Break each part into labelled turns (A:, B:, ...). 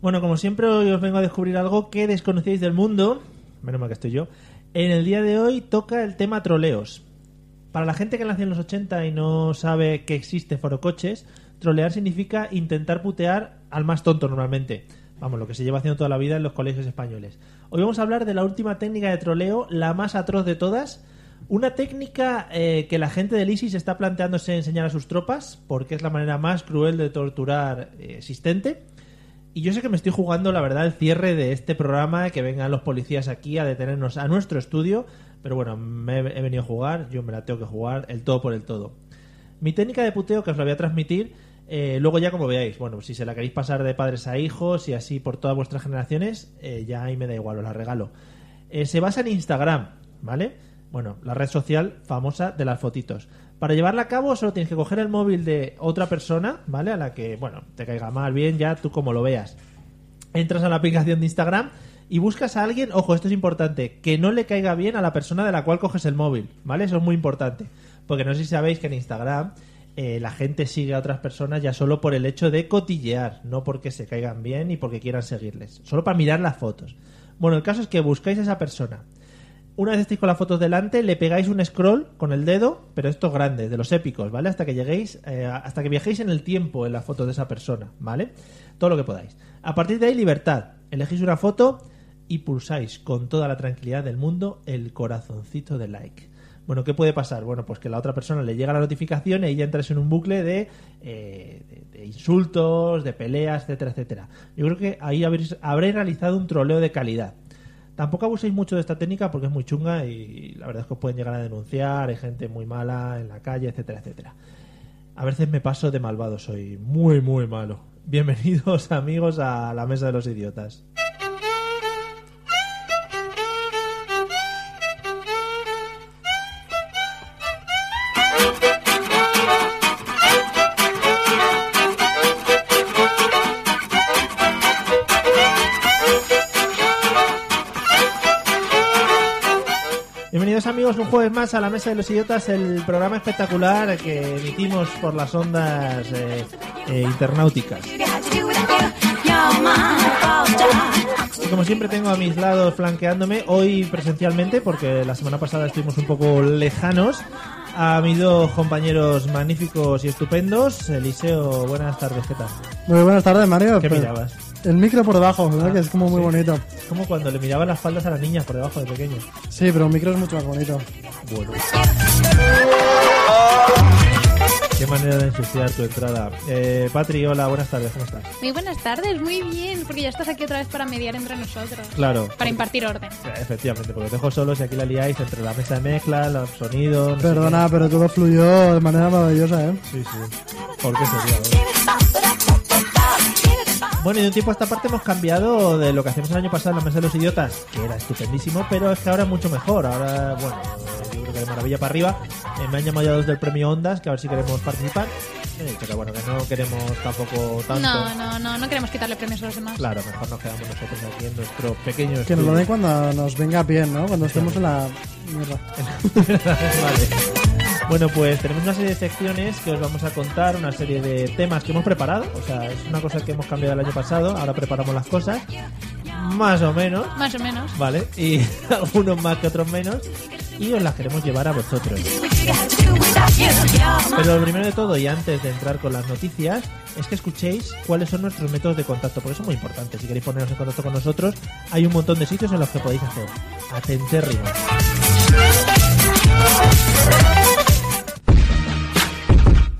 A: Bueno, como siempre, hoy os vengo a descubrir algo que desconocíais del mundo. Menos mal que estoy yo. En el día de hoy toca el tema troleos. Para la gente que nació en los 80 y no sabe que existe forocoches, trolear significa intentar putear al más tonto normalmente. Vamos, lo que se lleva haciendo toda la vida en los colegios españoles. Hoy vamos a hablar de la última técnica de troleo, la más atroz de todas. Una técnica eh, que la gente del ISIS está planteándose enseñar a sus tropas, porque es la manera más cruel de torturar eh, existente. Y yo sé que me estoy jugando, la verdad, el cierre de este programa, que vengan los policías aquí a detenernos a nuestro estudio, pero bueno, me he he venido a jugar, yo me la tengo que jugar, el todo por el todo. Mi técnica de puteo, que os la voy a transmitir, eh, luego ya como veáis, bueno, si se la queréis pasar de padres a hijos y así por todas vuestras generaciones, eh, ya ahí me da igual, os la regalo. Eh, se basa en Instagram, ¿vale? Bueno, la red social famosa de las fotitos. Para llevarla a cabo solo tienes que coger el móvil de otra persona, ¿vale? A la que, bueno, te caiga mal, bien, ya tú como lo veas. Entras a la aplicación de Instagram y buscas a alguien, ojo, esto es importante, que no le caiga bien a la persona de la cual coges el móvil, ¿vale? Eso es muy importante. Porque no sé si sabéis que en Instagram eh, la gente sigue a otras personas ya solo por el hecho de cotillear, no porque se caigan bien ni porque quieran seguirles, solo para mirar las fotos. Bueno, el caso es que buscáis a esa persona. Una vez estéis con las fotos delante, le pegáis un scroll con el dedo, pero estos grandes, de los épicos, ¿vale? Hasta que lleguéis, eh, hasta que viajéis en el tiempo en las fotos de esa persona, ¿vale? Todo lo que podáis. A partir de ahí, libertad. Elegís una foto y pulsáis con toda la tranquilidad del mundo el corazoncito de like. Bueno, ¿qué puede pasar? Bueno, pues que a la otra persona le llega la notificación y ya entras en un bucle de, eh, de- de insultos, de peleas, etcétera, etcétera. Yo creo que ahí habréis, habréis realizado un troleo de calidad. Tampoco abuséis mucho de esta técnica porque es muy chunga y la verdad es que os pueden llegar a denunciar, hay gente muy mala en la calle, etcétera, etcétera. A veces me paso de malvado, soy muy, muy malo. Bienvenidos amigos a la mesa de los idiotas. Bienvenidos amigos un jueves más a la Mesa de los Idiotas, el programa espectacular que emitimos por las ondas eh, eh, internauticas. Y como siempre tengo a mis lados flanqueándome, hoy presencialmente, porque la semana pasada estuvimos un poco lejanos, a mis dos compañeros magníficos y estupendos. Eliseo, buenas tardes, ¿qué tal?
B: Muy buenas tardes, Mario.
A: ¿Qué
B: Pues,
A: mirabas?
B: El micro por debajo, ¿verdad?
A: Ah,
B: que es como muy
A: sí.
B: bonito.
A: Es como cuando le miraban las faldas a las niñas por debajo de pequeño.
B: Sí, pero el micro es mucho más bonito.
A: Bueno. Qué manera de ensuciar tu entrada. Eh, Patri, hola, buenas tardes, ¿cómo estás?
C: Muy buenas tardes, muy bien, porque ya estás aquí otra vez para mediar entre nosotros.
A: Claro.
C: Para impartir orden.
A: Eh, Efectivamente, porque os dejo solos y aquí la liáis entre la mesa de mezcla, los sonidos. no sé
B: Perdona, pero todo fluyó de manera maravillosa, ¿eh?
A: qué. Sí, sí. ¿Por qué sería? no? Bueno, y de un tiempo a esta parte hemos cambiado de lo que hacíamos el año pasado en la mesa de los idiotas, que era estupendísimo, pero es que ahora es mucho mejor. Ahora, bueno, yo creo que de maravilla para arriba. Eh, me han llamado ya dos del premio Ondas, que a ver si queremos participar. He dicho que bueno, que no queremos tampoco tanto.
C: No, no, no, no queremos quitarle premios a los demás.
A: Claro, mejor nos quedamos nosotros aquí en nuestro pequeño
B: Que nos
A: estudio.
B: lo den cuando nos venga bien, ¿no? Cuando estemos en la... mierda.
A: Vale. Bueno, pues tenemos una serie de secciones que os vamos a contar, una serie de temas que hemos preparado. O sea, es una cosa que hemos cambiado el año pasado, ahora preparamos las cosas, más o menos,
C: Más o menos.
A: ¿vale? Y algunos más que otros menos, y os las queremos llevar a vosotros. Pero lo primero de todo, y antes de entrar con las noticias, es que escuchéis cuáles son nuestros métodos de contacto, porque eso es muy importante. Si queréis poneros en contacto con nosotros, hay un montón de sitios en los que podéis hacer. Atentérrimos.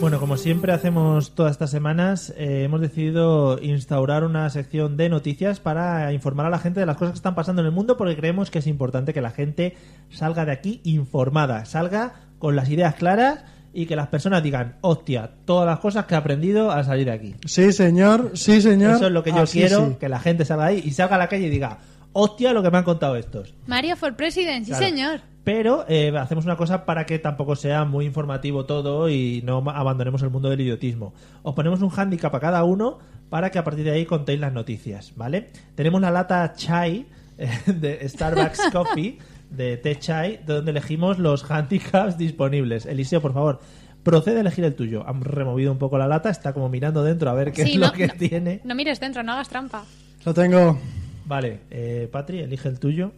A: Bueno, como siempre hacemos todas estas semanas, eh, hemos decidido instaurar una sección de noticias para informar a la gente de las cosas que están pasando en el mundo porque creemos que es importante que la gente salga de aquí informada, salga con las ideas claras y que las personas digan, hostia, todas las cosas que he aprendido al salir de aquí.
B: Sí, señor, sí, señor.
A: Eso es lo que yo
B: Así
A: quiero,
B: sí.
A: que la gente salga ahí y salga a la calle y diga, hostia, lo que me han contado estos.
C: Mario for President, sí
A: Claro.
C: señor.
A: Pero eh, hacemos una cosa para que tampoco sea muy informativo todo y no ma- abandonemos el mundo del idiotismo. Os ponemos un hándicap a cada uno para que a partir de ahí contéis las noticias, ¿vale? Tenemos la lata chai eh, de Starbucks Coffee, de té chai, de donde elegimos los handicaps disponibles. Eliseo, por favor, procede a elegir el tuyo. Han removido un poco la lata, está como mirando dentro a ver qué
C: Sí,
A: es lo
C: no,
A: que
C: no.
A: tiene.
C: No mires dentro, no hagas trampa.
B: Lo tengo.
A: Vale, eh, Patri, elige el tuyo.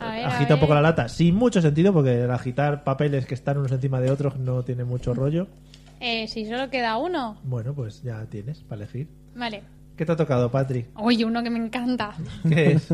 C: A ver,
A: Agita
C: a
A: un poco la
C: ver.
A: lata, sin mucho sentido, porque el agitar papeles que están unos encima de otros no tiene mucho rollo.
C: Eh, si solo queda uno.
A: Bueno, pues ya tienes para elegir.
C: Vale.
A: ¿Qué te ha tocado, Patri?
C: Oye, uno que me encanta.
A: ¿Qué es?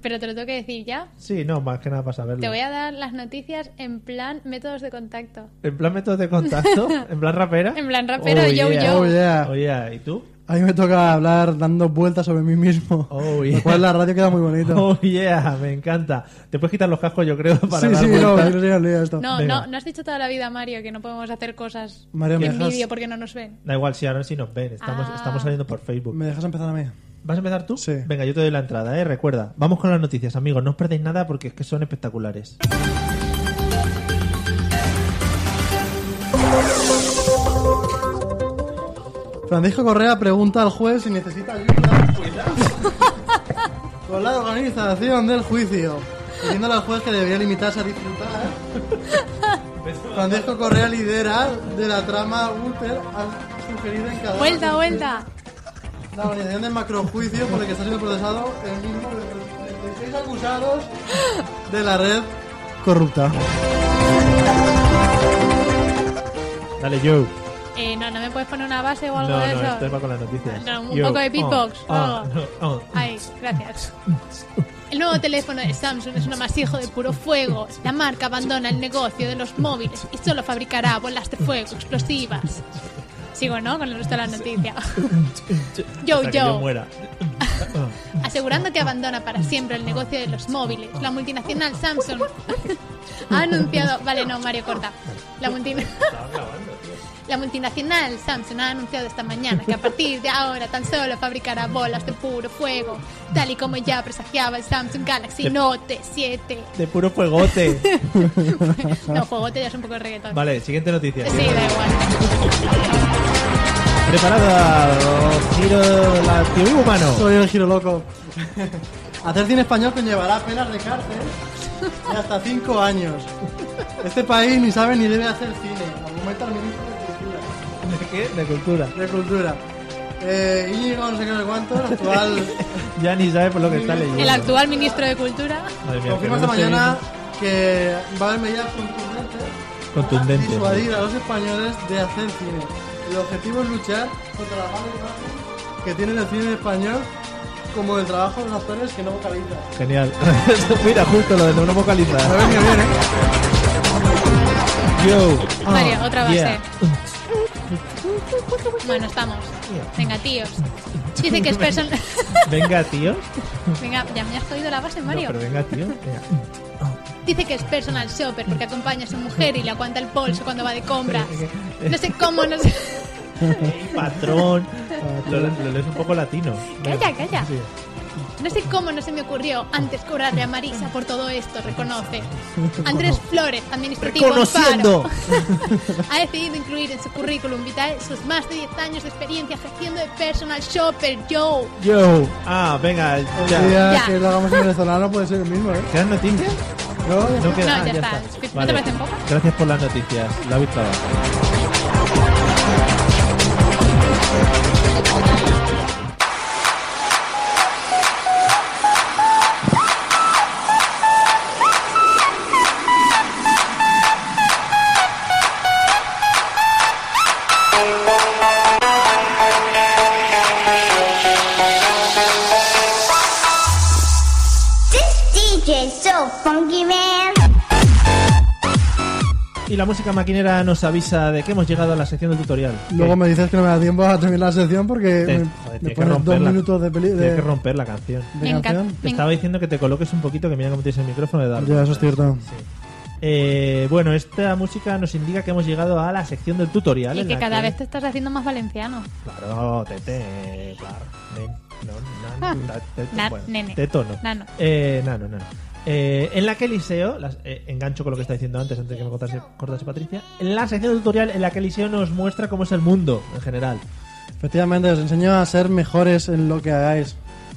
C: Pero te lo tengo que decir ya.
A: sí, no, más que nada para saberlo.
C: Te voy a dar las noticias en plan métodos de contacto.
A: ¿En plan método de contacto? ¿En plan rapera?
C: En plan rapero, yo, yo.
B: Oh, yeah.
A: Oh, yeah. ¿Y tú?
B: A mí me toca hablar dando vueltas sobre mí mismo.
A: Oh, yeah.
B: Lo cual la radio queda muy bonito.
A: Oh, yeah, me encanta. Te puedes quitar los cascos, yo creo, para
B: sí,
A: dar
B: sí, no,
A: vueltas.
B: yo no leo esto.
C: No,
A: Venga.
C: no, no has dicho toda la vida, Mario, que no podemos hacer cosas
B: Mario, me
C: en
B: dejas-
C: vídeo porque no nos ven.
A: Da igual si ahora sí nos ven, estamos,
C: Ah.
A: estamos saliendo por Facebook.
B: ¿Me dejas empezar a mí?
A: ¿Vas a empezar tú?
B: Sí.
A: Venga, yo te doy la entrada, ¿eh? Recuerda, vamos con las noticias, amigos. No os perdéis nada porque es que son espectaculares.
B: Francisco Correa pregunta al juez si necesita ayuda con la organización del juicio, pidiéndole al juez que debería limitarse a disfrutar. Francisco Correa lidera de la trama Ulter ha sugerido en cada
C: Vuelta, vuelta.
B: la organización del macrojuicio por el que está siendo procesado el mismo de los 36 acusados de la red corrupta.
A: Dale, Joe.
C: Eh, no, no me puedes poner una base o
A: No,
C: algo
A: no, este
C: de eso.
A: esto va con las noticias.
C: No, un
A: Yo.
C: poco de beatbox
A: Oh,
C: o algo.
A: oh, no, oh.
C: Ay, gracias. El nuevo teléfono de Samsung es un amasijo de puro fuego. La marca abandona el negocio de los móviles y solo fabricará bolas de fuego explosivas. Sigo, ¿no? Con el resto de la noticia. Yo,
A: Hasta que yo
C: yo.
A: muera.
C: Asegurando que abandona para siempre el negocio de los móviles, la multinacional Samsung ha anunciado. Vale, no, Mario, corta. La, multi- la multinacional Samsung ha anunciado esta mañana que a partir de ahora tan solo fabricará bolas de puro fuego, tal y como ya presagiaba el Samsung Galaxy Note 7.
A: De puro fuegote.
C: No, fuegote ya es un poco de reggaetón.
A: vale, siguiente noticia.
C: Sí, da igual.
A: Preparada. Giro la TV humano.
B: Soy el giro loco. Hacer cine español conllevará penas de cárcel de hasta 5 años. Este país ni sabe ni debe hacer cine. Argumenta el ministro de
A: ¿De qué? De cultura.
B: Cultura. De Cultura. Eh, Íñigo, no sé qué, no sé cuánto, el actual.
A: Ya ni sabe por lo que está leyendo.
C: El actual ministro de Cultura.
A: Madre mía, que
B: Confirma esta
A: no sé-
B: mañana que va a haber medidas contundentes
A: Contundentes.
B: para disuadir a los españoles de hacer cine. El objetivo es luchar contra la mala imagen que tiene el cine español como el trabajo de los actores que no vocalizan.
A: Genial. Mira, justo lo de no
B: Me ha
A: vocalizar.
B: venido bien, ¿eh?
A: Yo.
C: Vale, otra base.
A: Ah, yeah.
C: Bueno, estamos. Venga, tíos. Dice que es personal.
A: Venga, tío.
C: Venga, ya me has cogido la base,
A: No,
C: Mario.
A: pero venga, tío. Venga.
C: Dice que es personal shopper porque acompaña a su mujer y le aguanta el pulso cuando va de compras. No sé cómo, no sé.
A: Patrón. Lo, lo lees un poco latino. Venga.
C: Calla, calla.
A: Sí.
C: No sé cómo no se me ocurrió antes cobrarle a Marisa por todo esto, reconoce. Andrés Flores, administrativo en
A: Reconociendo.
C: paro, ha decidido incluir en su currículum vitae sus más de 10 años de experiencia ejerciendo de personal shopper, yo.
A: Yo. Ah, venga.
B: El
A: Ya.
B: día
C: Ya.
B: que lo hagamos en venezolano puede ser el mismo, ¿eh?
A: ¿Quedan noticias?
B: No,
A: No, queda-
C: No, ya
A: ah,
C: está. ¿No te parecen pocas?
A: Gracias por las noticias. David Cava.
D: This DJ's so funky, man.
A: Y la música maquinera nos avisa de que hemos llegado a la sección del tutorial.
B: Luego
A: Que
B: me dices que no me da tiempo a terminar la sección porque
A: te- joder,
B: me-
A: tiene
B: me,
A: que
B: pones dos
A: romperla.
B: minutos de peli
A: Tiene
B: de,
A: que romper la canción.
B: de
C: Me encanta.
B: canción.
A: Te estaba diciendo que te coloques un poquito, que mira cómo tienes el micrófono de dar.
B: Ya, eso es cierto.
A: Eh, bueno, esta música nos indica que hemos llegado a la sección del tutorial.
C: Y
A: en
C: que
A: la
C: cada vez te estás haciendo más valenciano.
A: Claro, tete, claro. nen, no,
C: Ah.
A: nan, ta- teto,
C: Nan,
A: bueno,
C: nene.
A: Teto no.
C: Nano.
A: Eh, nano, nano. Eh, en la que Eliseo, las- eh, engancho con lo que está diciendo antes, antes de que me cortase, cortase Patricia, en la sección del tutorial en la que Eliseo nos muestra cómo es el mundo en general.
B: Efectivamente, os enseño a ser mejores en lo que hagáis.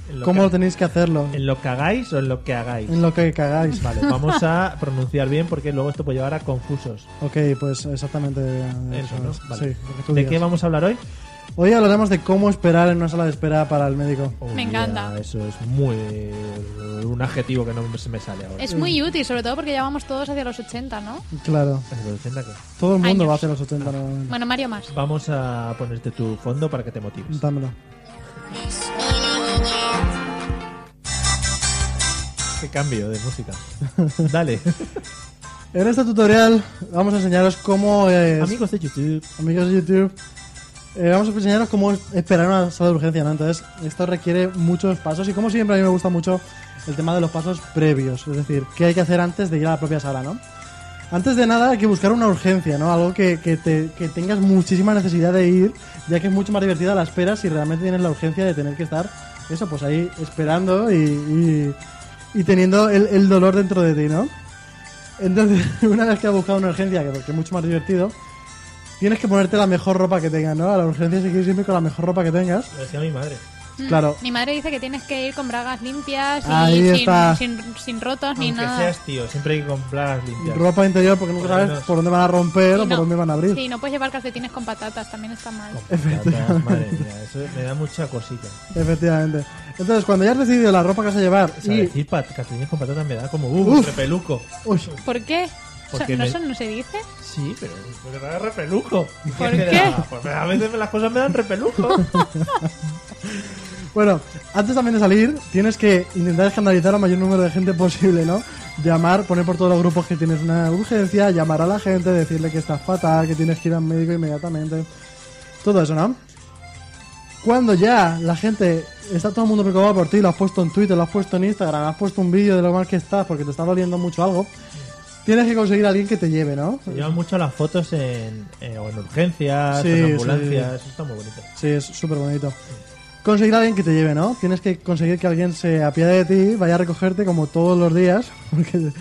A: En lo
B: ¿Cómo
A: que-
B: lo tenéis que hacerlo?
A: En lo que hagáis o en lo que hagáis.
B: En lo que cagáis.
A: Vale, vamos a pronunciar bien porque luego esto puede llevar a confusos.
B: Ok, pues exactamente. eh,
A: Eso, ¿no?
B: es.
A: Vale.
B: Sí, lo que tú
A: ¿De
B: digas.
A: qué vamos a hablar hoy?
B: Hoy hablaremos de cómo esperar en una sala de espera para el médico.
A: Oh,
C: Me encanta.
A: Eso es muy. un adjetivo que no se me sale ahora.
C: Es muy útil, sobre todo porque ya vamos todos hacia los 80, ¿no?
B: Claro.
A: Adolescente, ¿qué?
B: Todo el mundo
C: Años.
B: va hacia los 80 normalmente.
C: Bueno, Mario más.
A: Vamos a ponerte tu fondo para que te motives.
B: Dámelo.
A: Qué cambio de música. Dale.
B: En este tutorial vamos a enseñaros cómo es-
A: Amigos de YouTube.
B: amigos de YouTube, eh, vamos a enseñaros cómo es esperar una sala de urgencia. ¿no? Entonces, esto requiere muchos pasos y como siempre a mí me gusta mucho el tema de los pasos previos, es decir, qué hay que hacer antes de ir a la propia sala, ¿no? Antes de nada hay que buscar una urgencia, ¿no? Algo que, que te- que tengas muchísima necesidad de ir, ya que es mucho más divertida la espera si realmente tienes la urgencia de tener que estar, eso, pues ahí esperando y, y- y teniendo el, el dolor dentro de ti, ¿no? Entonces, una vez que has buscado una urgencia, que porque es mucho más divertido, tienes que ponerte la mejor ropa que tengas, ¿no? A la urgencia se quiere ir siempre con la mejor ropa que tengas.
A: Lo decía mi madre.
C: Mm,
B: Claro.
C: Mi madre dice que tienes que ir con bragas limpias y
B: Ahí
C: sin,
B: está.
C: sin- sin rotos ni
A: Aunque
C: nada.
A: seas tío, siempre hay que comprar limpias.
B: Ropa interior porque nunca
A: Por lo
B: sabes
A: menos.
B: por dónde van a romper o
C: Y
B: por
C: no-
B: dónde van a abrir.
C: Sí, no puedes llevar calcetines con patatas, también está mal.
A: Comprar, Madre mía, eso me da mucha cosita.
B: Efectivamente. Entonces, cuando ya has decidido la ropa que vas a llevar
A: O sea,
B: y...
A: decir pat- calcetines con patatas me da como uh,
B: Uf.
A: repeluco.
B: Uy,
C: ¿Por qué? O sea,
A: Porque
C: ¿No
A: me-
C: eso no se dice?
A: Sí, pero me da repeluco.
C: ¿Por
A: me
C: qué?
A: da? Pues a veces las cosas me dan repeluco.
B: Bueno, antes también de salir, tienes que intentar escandalizar al mayor número de gente posible, ¿no? Llamar, poner por todos los grupos que tienes una urgencia, llamar a la gente, decirle que estás fatal, que tienes que ir al médico inmediatamente. Todo eso, ¿no? Cuando ya la gente está todo el mundo preocupado por ti, lo has puesto en Twitter, lo has puesto en Instagram, has puesto un vídeo de lo mal que estás porque te está doliendo mucho algo, tienes que conseguir a alguien que te lleve, ¿no?
A: Se llevan mucho las fotos en, eh, o en urgencias,
B: Sí,
A: en
B: sí.
A: ambulancias. Eso está muy bonito.
B: Sí, es súper bonito. Conseguir a alguien que te lleve, ¿no? Tienes que conseguir que alguien se apiade de ti, vaya a recogerte como todos los días. Porque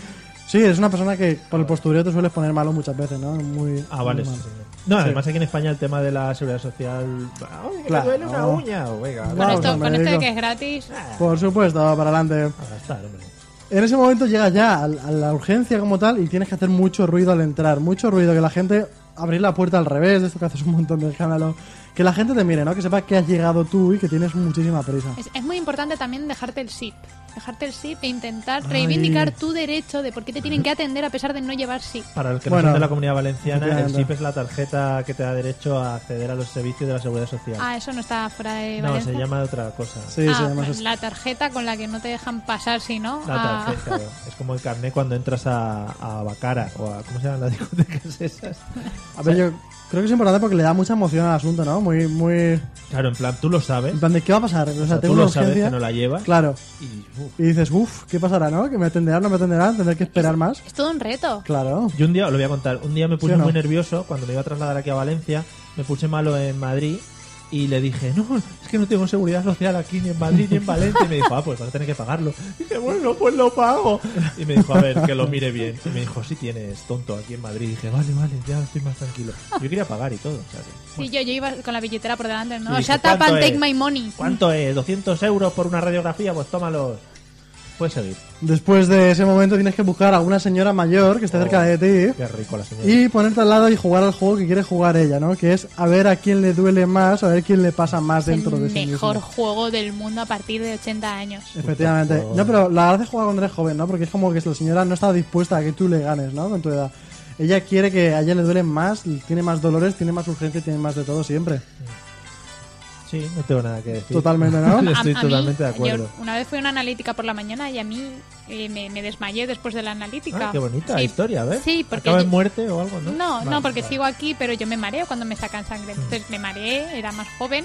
B: sí, es una persona que por el postureo te sueles poner malo muchas veces, ¿no? Muy,
A: Ah, vale.
B: muy
A: sí,
B: malo.
A: sí. No, además aquí en España el tema de la seguridad social. Ay, que
B: Claro.
A: me duele una uña! Oiga,
C: Con,
B: Vamos,
C: esto,
B: hombre,
C: con esto de
B: digo.
C: que es gratis.
B: Por supuesto, para adelante.
A: a gastar, Ah, hombre.
B: En ese momento llegas ya al- a la urgencia como tal y tienes que hacer mucho ruido al entrar, mucho ruido, que la gente abrir la puerta al revés, de esto que haces un montón de escándalo, que la gente te mire, ¿no? Que sepa que has llegado tú y que tienes muchísima prisa.
C: Es, es muy importante también dejarte el SIP. Dejarte el SIP e intentar
B: Ay.
C: reivindicar tu derecho de por qué te tienen que atender a pesar de no llevar SIP.
A: Para el que no
B: Bueno,
A: son de la comunidad valenciana, el
B: efectivamente.
A: SIP es la tarjeta que te da derecho a acceder a los servicios de la seguridad social.
C: Ah, eso no está fuera de
A: no,
C: Valencia.
A: se llama otra cosa.
B: Sí, sí,
C: Ah,
B: además es-
C: la tarjeta con la que no te dejan pasar si no.
A: La
C: ah.
A: tarjeta, claro. es como el carnet cuando entras a, a Bacara o a. ¿Cómo se llaman las discotecas esas?
B: A ver, yo creo que es importante porque le da mucha emoción al asunto, ¿no? Muy, muy.
A: Claro, en plan, tú lo sabes.
B: En plan, de ¿qué va a pasar? O sea,
A: sea, tú
B: tengo una
A: lo sabes
B: urgencia.
A: que no la llevas.
B: Claro.
A: Y, uf,
B: Y dices, uff, ¿qué pasará, no? ¿Que me atenderán, no me atenderán? ¿Tendré que esperar más?
C: Es todo un reto.
B: Claro.
A: Yo un día, os lo voy a contar, un día me puse
B: o no?
A: muy nervioso cuando me iba a trasladar aquí a Valencia, me puse malo en Madrid y le dije, no, es que no tengo seguridad social aquí ni en Madrid ni en Valencia. Y me dijo, ah, pues vas a tener que pagarlo. Y dije, bueno, pues lo pago. Y me dijo, a ver, que lo mire bien. Y me dijo, sí tienes, tonto, aquí en Madrid. Y dije, vale, vale, ya estoy más tranquilo. Yo quería pagar y todo. o sea, que-
C: Sí, yo, yo iba con la billetera por delante,
A: Y
C: ¿no?
A: dije,
C: Ya
A: Pues
C: tapa
A: "¿Cuánto
C: and take
A: es?
C: my money.
A: ¿Cuánto es? ¿200 euros por una radiografía? Pues tómalos. Puedes seguir.
B: Después de ese momento tienes que buscar a una señora mayor que esté cerca
A: Oh.
B: de ti
A: Qué rico la señora.
B: y ponerte al lado y jugar al juego que quiere jugar ella, ¿no? Que es a ver a quién le duele más, a ver quién le pasa más
C: el
B: dentro de sí mismo.
C: mejor juego del mundo a partir de 80 años.
B: Efectivamente.
A: Pues
B: No, pero la verdad es jugar cuando eres joven, ¿no? Porque es como que la señora no está dispuesta a que tú le ganes, ¿no? Con tu edad. Ella quiere que a ella le duele más, tiene más dolores, tiene más urgencia, tiene más de todo siempre.
A: Sí, no tengo nada que decir.
B: Totalmente, ¿no?
A: Yo
C: A-
A: estoy
C: a mí,
A: totalmente de
C: yo
A: acuerdo.
C: una vez fui a una analítica por la mañana y a mí eh, me, me desmayé después de la
A: Ah,
C: analítica.
A: qué bonita la
C: Sí.
A: historia, a ver.
C: Sí, porque.
A: ¿Acaba en
C: yo-
A: muerte o algo, no? Mm.
C: no, no, porque sigo aquí, pero yo me mareo cuando me sacan sangre. Entonces me mareé, era más joven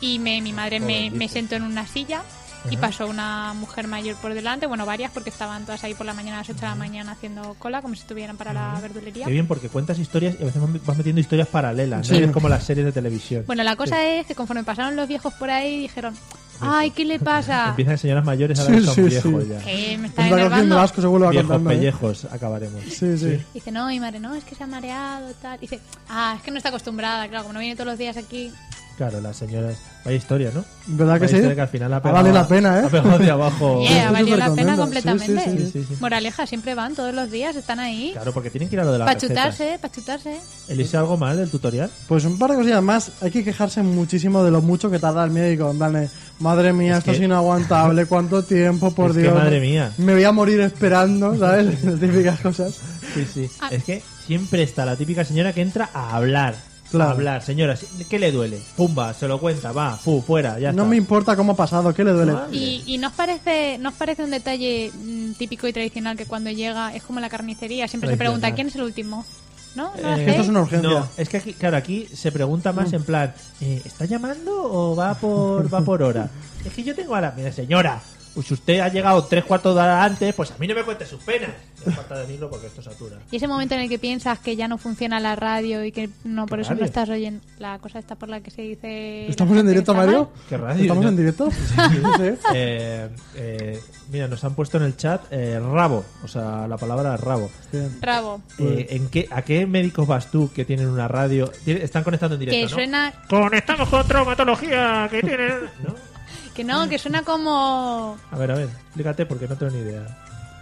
C: y me- mi madre me, me sentó en una silla y pasó una mujer mayor por delante, bueno, varias, porque estaban todas ahí por la mañana a las 8 de la mañana haciendo cola, como si estuvieran para la verdulería.
A: Qué bien, porque cuentas historias y a veces vas metiendo historias paralelas, ¿no?
B: Sí.
A: Es como las series de televisión.
C: Bueno, la cosa es que conforme pasaron los viejos por ahí, dijeron: ¡Ay, qué le pasa!
A: Empiezan señoras mayores ahora que
B: Sí,
A: son
B: sí,
A: viejos
B: sí.
A: ya.
C: Que me está
B: Nos va cogiendo
C: enervando.
B: asco, se vuelve a
A: Viejos
B: contando. ¿eh?
A: pellejos acabaremos.
B: Sí, sí.
C: Dice, no, mi madre, no, es que se ha mareado, tal. Dice, ah, es que no está acostumbrada, claro, como no viene todos los días aquí.
A: Claro, las señoras... Vaya historia, ¿no?
B: ¿Verdad que
A: Vaya
B: sí?
A: historia que al final ha
B: Ah,
A: pegado-
B: vale la pena, ¿eh?
A: Ha pegado de abajo...
C: Yeah, valió la pena
B: supercontento.
C: completamente.
B: Sí,
A: sí,
B: sí,
A: sí, sí.
C: Moraleja, siempre van todos los días, están ahí.
A: Claro, porque tienen que ir a lo de la
C: para
A: receta.
C: chutarse, para chutarse.
A: ¿Elise algo mal del tutorial?
B: Pues un par de cosillas más. Hay que quejarse muchísimo de lo mucho que tarda el médico. En plan, de, madre mía,
A: Es
B: esto es
A: que-
B: inaguantable. ¿Cuánto tiempo, por
A: Es que
B: Dios?
A: madre mía.
B: Me voy a morir esperando, ¿sabes? Las típicas cosas.
A: Sí, sí.
C: Ah.
A: Es que siempre está la típica señora que entra a hablar.
B: Claro.
A: A hablar, señora, ¿qué le duele? Pumba, se lo cuenta, va, fu, fuera, ya
B: No
A: está.
B: me importa cómo ha pasado, ¿qué le duele?
A: Ah.
C: Y, y nos parece nos parece un detalle mm, típico y tradicional que cuando llega es como la carnicería, siempre se
A: Tradicional.
C: pregunta quién es el último. ¿No? ¿No lo
A: Eh,
C: hacéis?
B: esto es una urgencia. Mm.
A: No, es que aquí, claro, aquí se pregunta más en plan, eh, ¿está llamando o va por va por hora? es que yo tengo a la mira, señora, pues si usted ha llegado tres cuartos de hora antes, pues a mí no me cuente sus penas. Me falta decirlo porque esto satura.
C: Y ese momento en el que piensas que ya no funciona la radio y que no por eso
A: Radio?
C: no estás oyendo la cosa esta por la que se dice...
B: ¿Estamos
C: la
B: en
C: gente
B: directo,
C: que está
B: Mario?
C: mal.
A: Qué radio,
B: ¿Estamos
A: ¿no?
B: en directo? Sí.
A: Eh, eh, mira, nos han puesto en el chat eh, rabo, o sea, la palabra rabo.
B: Bien.
C: Rabo.
A: Eh, ¿en qué, ¿A qué médicos vas tú que tienen una radio? Tiene- Están conectando en directo,
C: Que
A: ¿no?
C: suena
A: Conectamos con traumatología que tienen... ¿No?
C: Que no, que suena como.
A: A ver, a ver, explícate porque no tengo ni idea.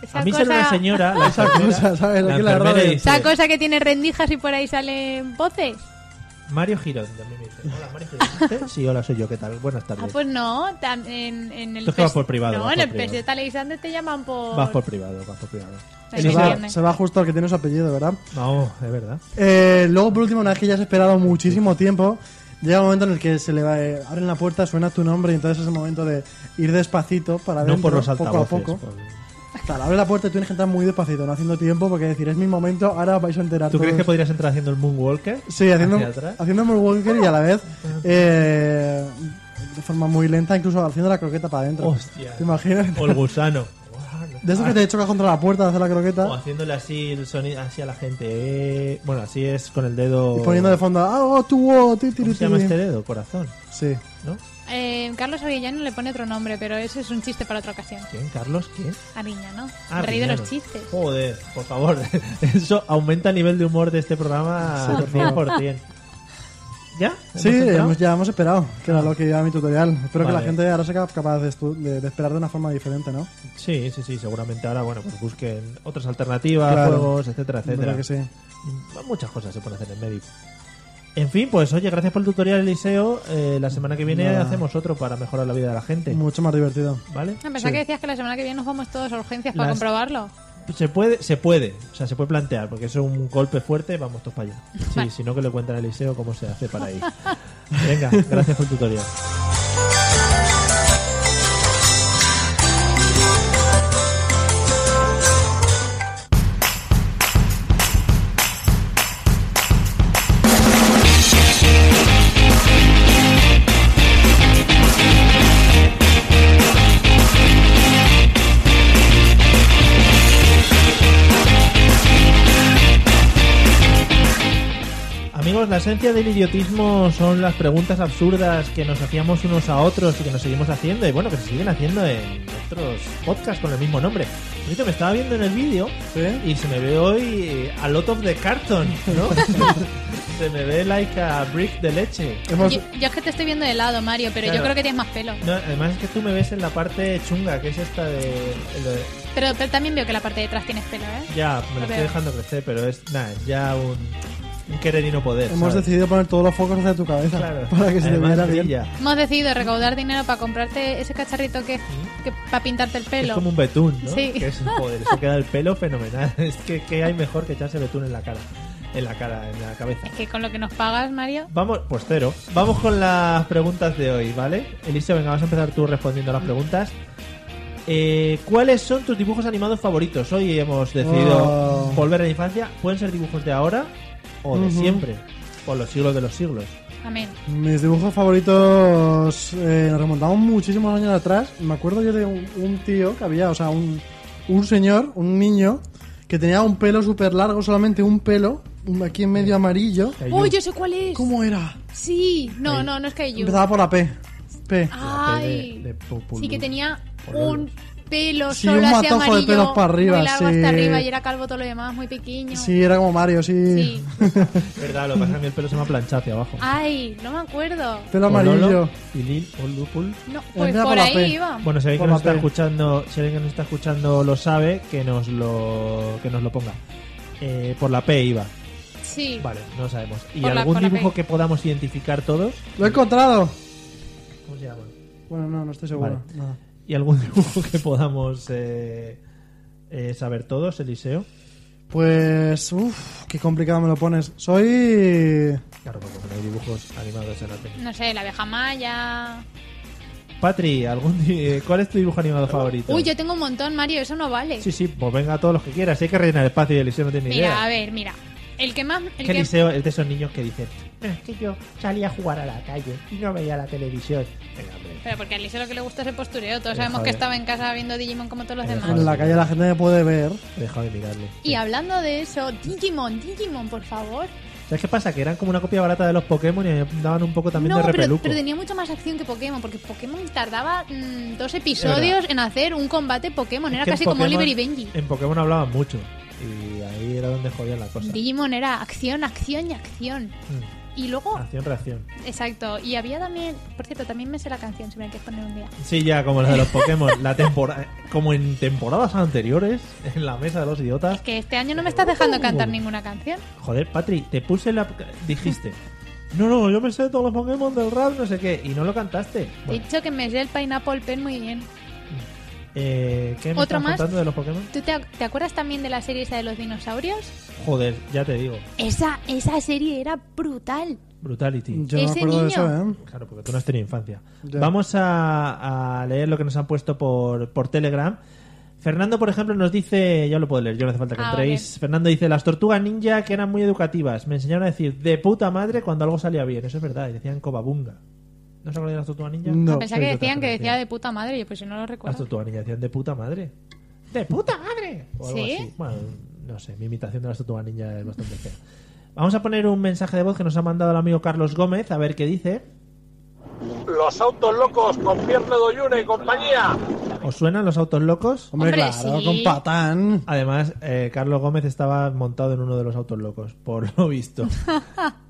C: Esa
A: A mí
C: cosa,
A: ser una señora, la
B: Esa
A: enfermera-
B: cosa, ¿sabes?
A: la
B: Aquí la
A: enfermera
B: radio.
A: dice,
C: Esa cosa que tiene rendijas y por ahí salen voces.
A: Mario Girón, también me dice. Hola, Mario Girón. ¿Usted? Sí, hola, soy yo, ¿qué tal? Buenas
C: Ah,
A: tardes.
C: pues no. tam- en, en el
A: Tú es que vas
C: pes-
A: por privado,
C: No,
A: vas
C: en
A: por
C: el
A: privado.
C: PS Talizante te llaman por.
A: Vas por privado, vas por privado.
C: Ahí
B: Se
C: me
B: va,
C: entiende.
B: se va justo al que tiene su apellido, ¿verdad?
A: No, es verdad.
B: Eh, luego, por último, una vez que ya has esperado muchísimo tiempo, llega un momento en el que se le va, eh, abren la puerta, suena tu nombre y entonces es el momento de ir despacito para
A: No
B: adentro,
A: por los
B: poco a
A: altavoces.
B: poco.
A: por-
B: Claro, abre la puerta y tú tienes que entrar muy despacito, no haciendo tiempo, porque decir, es mi momento, ahora vais a enterar
A: ¿Tú crees que
B: todos".
A: podrías entrar haciendo el Moonwalker?
B: Sí, haciendo,
A: hacia atrás?
B: haciendo Moonwalker y a la vez eh, de forma muy lenta, incluso haciendo la croqueta para adentro.
A: Hostia.
B: ¿Te imaginas?
A: O el gusano.
B: De eso que te chocas contra la puerta de hacer la croqueta
A: O haciéndole así el sonido así a la gente. eh, Bueno, así es con el dedo.
B: y poniendo de fondo, ah, oh, tu, oh, ti, ti,
A: ¿Cómo
B: ti,
A: se llama
B: ti".
A: este dedo? Corazón,
B: Sí.
A: ¿no?
C: Eh, Carlos Arguiñano le pone otro nombre, pero eso es un chiste para otra ocasión.
A: ¿Quién? ¿Carlos? ¿Quién?
C: Arguiñano.
A: Ah,
C: el rey de
A: Arguiñano.
C: los chistes.
A: Joder, por favor. Eso aumenta el nivel de humor de este programa
B: Sí,
A: al
B: por favor.
A: 100%. ¿Ya? ¿Hemos
B: Sí,
A: entrado?
B: hemos- ya hemos esperado, que era lo que iba mi tutorial. Espero que la
A: Vale.
B: gente ahora sea capaz de, estu- de- de esperar de una forma diferente, ¿no?
A: Sí, sí, sí. Seguramente ahora, bueno, pues busquen otras alternativas,
B: Claro.
A: juegos, etcétera, etcétera.
B: Verdad que sí.
A: Mm, Muchas cosas se pueden hacer en Medic. En fin, pues oye, gracias por el tutorial, Eliseo. Eh, la semana que viene
B: Nada.
A: hacemos otro para mejorar la vida de la gente.
B: Mucho más divertido.
A: ¿Vale?
C: Ah, pensaba que decías que la semana que viene nos vamos todos a urgencias para
A: Las-
C: comprobarlo.
A: Se puede, se puede, o sea, se puede plantear, porque eso es un golpe fuerte, vamos todos para allá. Sí, si no que le cuentan a Eliseo cómo se hace para ir. Venga, gracias por el tutorial. Amigos, la esencia del idiotismo son las preguntas absurdas que nos hacíamos unos a otros y que nos seguimos haciendo, y bueno, que se siguen haciendo en otros podcasts con el mismo nombre. Mito, me estaba viendo en el vídeo
B: ¿Sí?
A: y se me ve hoy eh, a lot of the carton, ¿no? se me ve like a brick de leche.
B: Hemos-
C: Yo, yo es que te estoy viendo de lado, Mario, pero yo
A: Claro.
C: creo que tienes más pelo.
A: No, además es que tú me ves en la parte chunga, que es esta de... lo de-
C: Pero, pero también veo que la parte de atrás tienes pelo, ¿eh?
A: ya, me lo
C: Lo
A: estoy
C: veo.
A: dejando crecer, pero es nada, es ya un, un querer y no poder.
B: hemos
A: ¿sabes?
B: decidido poner todos los focos hacia tu cabeza
A: Claro.
B: para que se te
A: Además,
B: viera bien.
A: brilla.
C: Hemos decidido recaudar dinero para comprarte ese cacharrito que, que para pintarte el
A: Es
C: pelo.
A: como un betún, ¿no?
C: Sí.
A: Que es joder, eso queda el pelo fenomenal. Es que ¿qué hay mejor que echarse betún en la cara, en la cara, en la cabeza.
C: Es que con lo que nos pagas, Mario.
A: Vamos, pues cero. Vamos con las preguntas de hoy, ¿vale? Eliseo, venga, vas a empezar tú respondiendo a las preguntas. Eh, ¿Cuáles son tus dibujos animados favoritos? Hoy hemos decidido
B: Oh.
A: volver a la infancia. Pueden ser dibujos de ahora o de
B: Ujú.
A: siempre, por los siglos de los siglos.
C: Amén.
B: Mis dibujos favoritos eh, nos remontamos muchísimos años atrás. Me acuerdo yo de un, un tío que había, o sea, un, un señor, un niño, que tenía un pelo súper largo, solamente un pelo, un- aquí en medio amarillo.
A: Caillou.
C: Uy, yo sé cuál es.
B: ¿Cómo era?
C: Sí. No, no, no es Kaiju.
B: Empezaba por la P. P.
C: Ah,
A: La P de-
C: Ay.
A: de Populus.
C: sí, que tenía
A: Populus.
C: un pelo
B: Sí,
C: solo
B: un
C: así
B: matojo de
C: amarillo.
B: pelos para arriba,
C: muy largo
B: sí.
C: hasta arriba y era calvo todo lo demás, muy pequeño.
B: Sí, era como Mario, sí.
C: Sí.
A: Verdad, lo que pasa es que a mí el pelo se me ha planchado hacia abajo.
C: Ah. Ay, no me acuerdo.
B: Pelo
A: Pololo
B: amarillo.
A: y Lil o Lupul.
C: No, pues
B: Empieza por
C: por
B: la
C: ahí
B: P.
C: iba.
A: Bueno, si alguien que
B: Por
A: nos está
B: la P.
A: escuchando, si alguien que nos está escuchando lo sabe, que nos lo que nos lo ponga. Eh, por la P iba.
C: sí.
A: Vale, no sabemos. ¿Y
C: Por la-
A: algún
C: por la
A: dibujo
C: P.
A: que podamos identificar todos?
B: Lo he encontrado.
A: ¿Cómo se llama?
B: Bueno, no, no estoy seguro.
A: Vale.
B: Nada.
A: ¿Y algún dibujo que podamos eh, eh, saber todos, Eliseo?
B: Pues, uff, qué complicado me lo pones. Soy.
A: Claro, porque no hay dibujos animados en la tele.
C: No sé, la abeja maya.
A: Patri, ¿algún di- eh, ¿cuál es tu dibujo animado favorito?
C: Uy, yo tengo un montón, Mario, eso no vale.
A: Sí, sí, pues venga todos los que quieras. Hay que rellenar espacio y Eliseo no tiene ni
C: mira,
A: idea.
C: a ver, mira. El que más. El
A: que
C: que-
A: Eliseo es de esos niños que dicen, "Ah, es que yo salía a jugar a la calle y no veía la televisión. Venga, hombre.
C: Pero porque a Alicia lo que le gusta es el postureo. Todos
A: Pero,
C: sabemos
A: joder.
C: que estaba en casa viendo Digimon como todos los
A: Pero,
C: demás.
A: joder.
B: En la calle la gente me puede ver.
A: He dejado de mirarle.
C: Y hablando de eso, Digimon, Digimon, por favor.
A: ¿Sabes qué pasa? Que eran como una copia barata de los Pokémon y me daban un poco también
C: no,
A: de
C: pero,
A: repeluco.
C: pero tenía mucha más acción que Pokémon, porque Pokémon tardaba mm, dos
A: Es
C: episodios en hacer un combate Pokémon. Era
A: Que en
C: casi como
A: Pokémon-
C: Oliver y Benji.
A: En Pokémon hablaban mucho. Y ahí era donde jodían la cosa.
C: Digimon era acción, acción y acción.
A: Mm,
C: Y luego,
A: Acción, reacción.
C: exacto, y había también, por cierto, también me sé la canción, si me la quieres poner un día.
A: Sí, ya, como la de los Pokémon. la temporada, como en temporadas anteriores, en la mesa de los idiotas.
C: Es que este año no me estás dejando cantar ninguna canción.
A: Joder, Patri, te puse la. Dijiste. No, no, yo me sé todos los Pokémon del rap, no sé qué. Y no lo cantaste.
C: Te he
A: Bueno,
C: dicho que me sé el Pineapple Pen muy bien.
A: eh, ¿Qué me
C: ¿Otro
A: estás
C: más?
A: contando de los Pokémon?
C: ¿Tú te, ac- te acuerdas también de la serie esa de los dinosaurios?
A: Joder, ya te digo.
C: Esa, esa serie era brutal.
A: Brutality.
B: Yo no me
C: Ese
B: acuerdo de
C: niño.
B: eso, ¿eh?
A: Claro, porque tú no has tenido infancia.
B: Ya.
A: Vamos a, a leer lo que nos han puesto por, por Telegram. Fernando, por ejemplo, nos dice, ya lo puedo leer, yo no hace falta que
C: Ah,
A: entréis. Fernando dice, las tortugas ninja que eran muy educativas, me enseñaron a decir de puta madre cuando algo salía bien, eso es verdad, y decían cobabunga. ¿No se acuerdan de las tortugas ninja?
B: No.
C: Pensaba que
A: soy de otra
C: decían que decía
A: generación.
C: de puta madre, yo pues yo no lo
A: Las
C: recuerdo.
A: tortugas ninja decían de puta madre. ¡De puta madre! O algo
C: ¿Sí?
A: así. Bueno, no sé, mi imitación de las tortugas ninja es bastante fea. Vamos a poner un mensaje de voz que nos ha mandado el amigo Carlos Gómez, a ver qué dice.
E: Los autos locos con Pierre Doyune y compañía.
A: ¿Os suenan los autos locos?
B: Hombre,
C: Hombre,
B: claro,
C: sí.
B: con patán.
A: Además, eh, Carlos Gómez estaba montado en uno de los autos locos, por lo visto.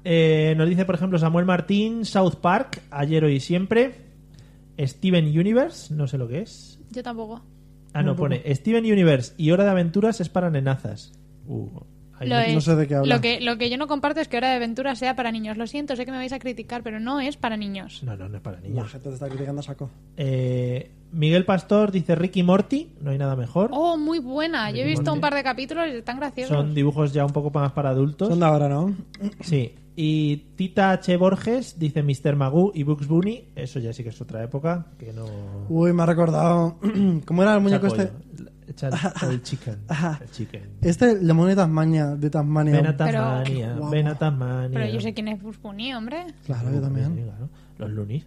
A: Eh, nos dice, por ejemplo, Samuel Martín, South Park, Ayer, Hoy y Siempre, Steven Universe, no sé lo que es.
C: Yo tampoco.
A: Ah, no, pone Steven Universe y Hora de Aventuras es para nenazas. Uh, ahí
C: Lo
A: no-
C: es.
B: no sé de qué habla.
C: Lo que, lo que yo no comparto es que Hora de Aventura sea para niños. Lo siento, sé que me vais a criticar, pero no es para niños.
A: no, no, no es para
B: La
A: niños.
B: gente te está criticando a saco.
A: Eh, Miguel Pastor dice Ricky Morty, no hay nada mejor.
C: Oh, muy buena. Yo he visto
A: Monty.
C: un par de capítulos y están graciosos.
A: Son dibujos ya un poco más para adultos.
B: Son de ahora, ¿no?
A: Sí. Y Tita H. Borges dice Mr. Magoo y Bugs Bunny. Eso ya sí que es otra época. Que no.
B: Uy, me ha recordado. ¿Cómo era el muñeco
A: Echa
B: este?
A: pollo. Echa el, el chicken. El chicken.
B: Este, el demonio de Tasmania. De Tasmania.
A: Ven a
C: Pero-
A: Tasmania.
B: Guau.
A: Ven a Tasmania. Uh,
C: Pero yo sé quién es Burbuni, hombre.
B: Claro, yo también.
A: Claro, Los lunis.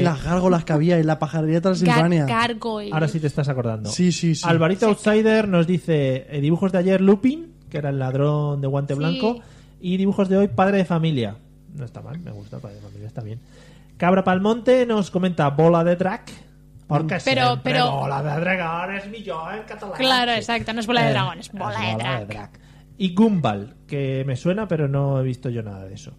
A: Eh,
B: las gárgolas que había y la pajarería de Transilvania.
C: Gargoyle.
A: ahora sí te estás acordando.
B: Sí, sí, sí.
A: Alvarito Outsider nos dice eh, dibujos de ayer Lupin, que era el ladrón de guante
C: Sí.
A: blanco, y dibujos de hoy Padre de Familia. No está mal, me gusta Padre de Familia, está bien. Cabra Palmonte nos comenta Bola de Drac. Porque
C: Mm. Pero-
A: siempre
C: pero-
A: bola de dragones, mi yo en catalán.
C: Claro, exacto, no es bola de
A: Eh,
C: dragones,
A: es
C: bola de drag.
A: Y Gumball, que me suena, pero no he visto yo nada de eso.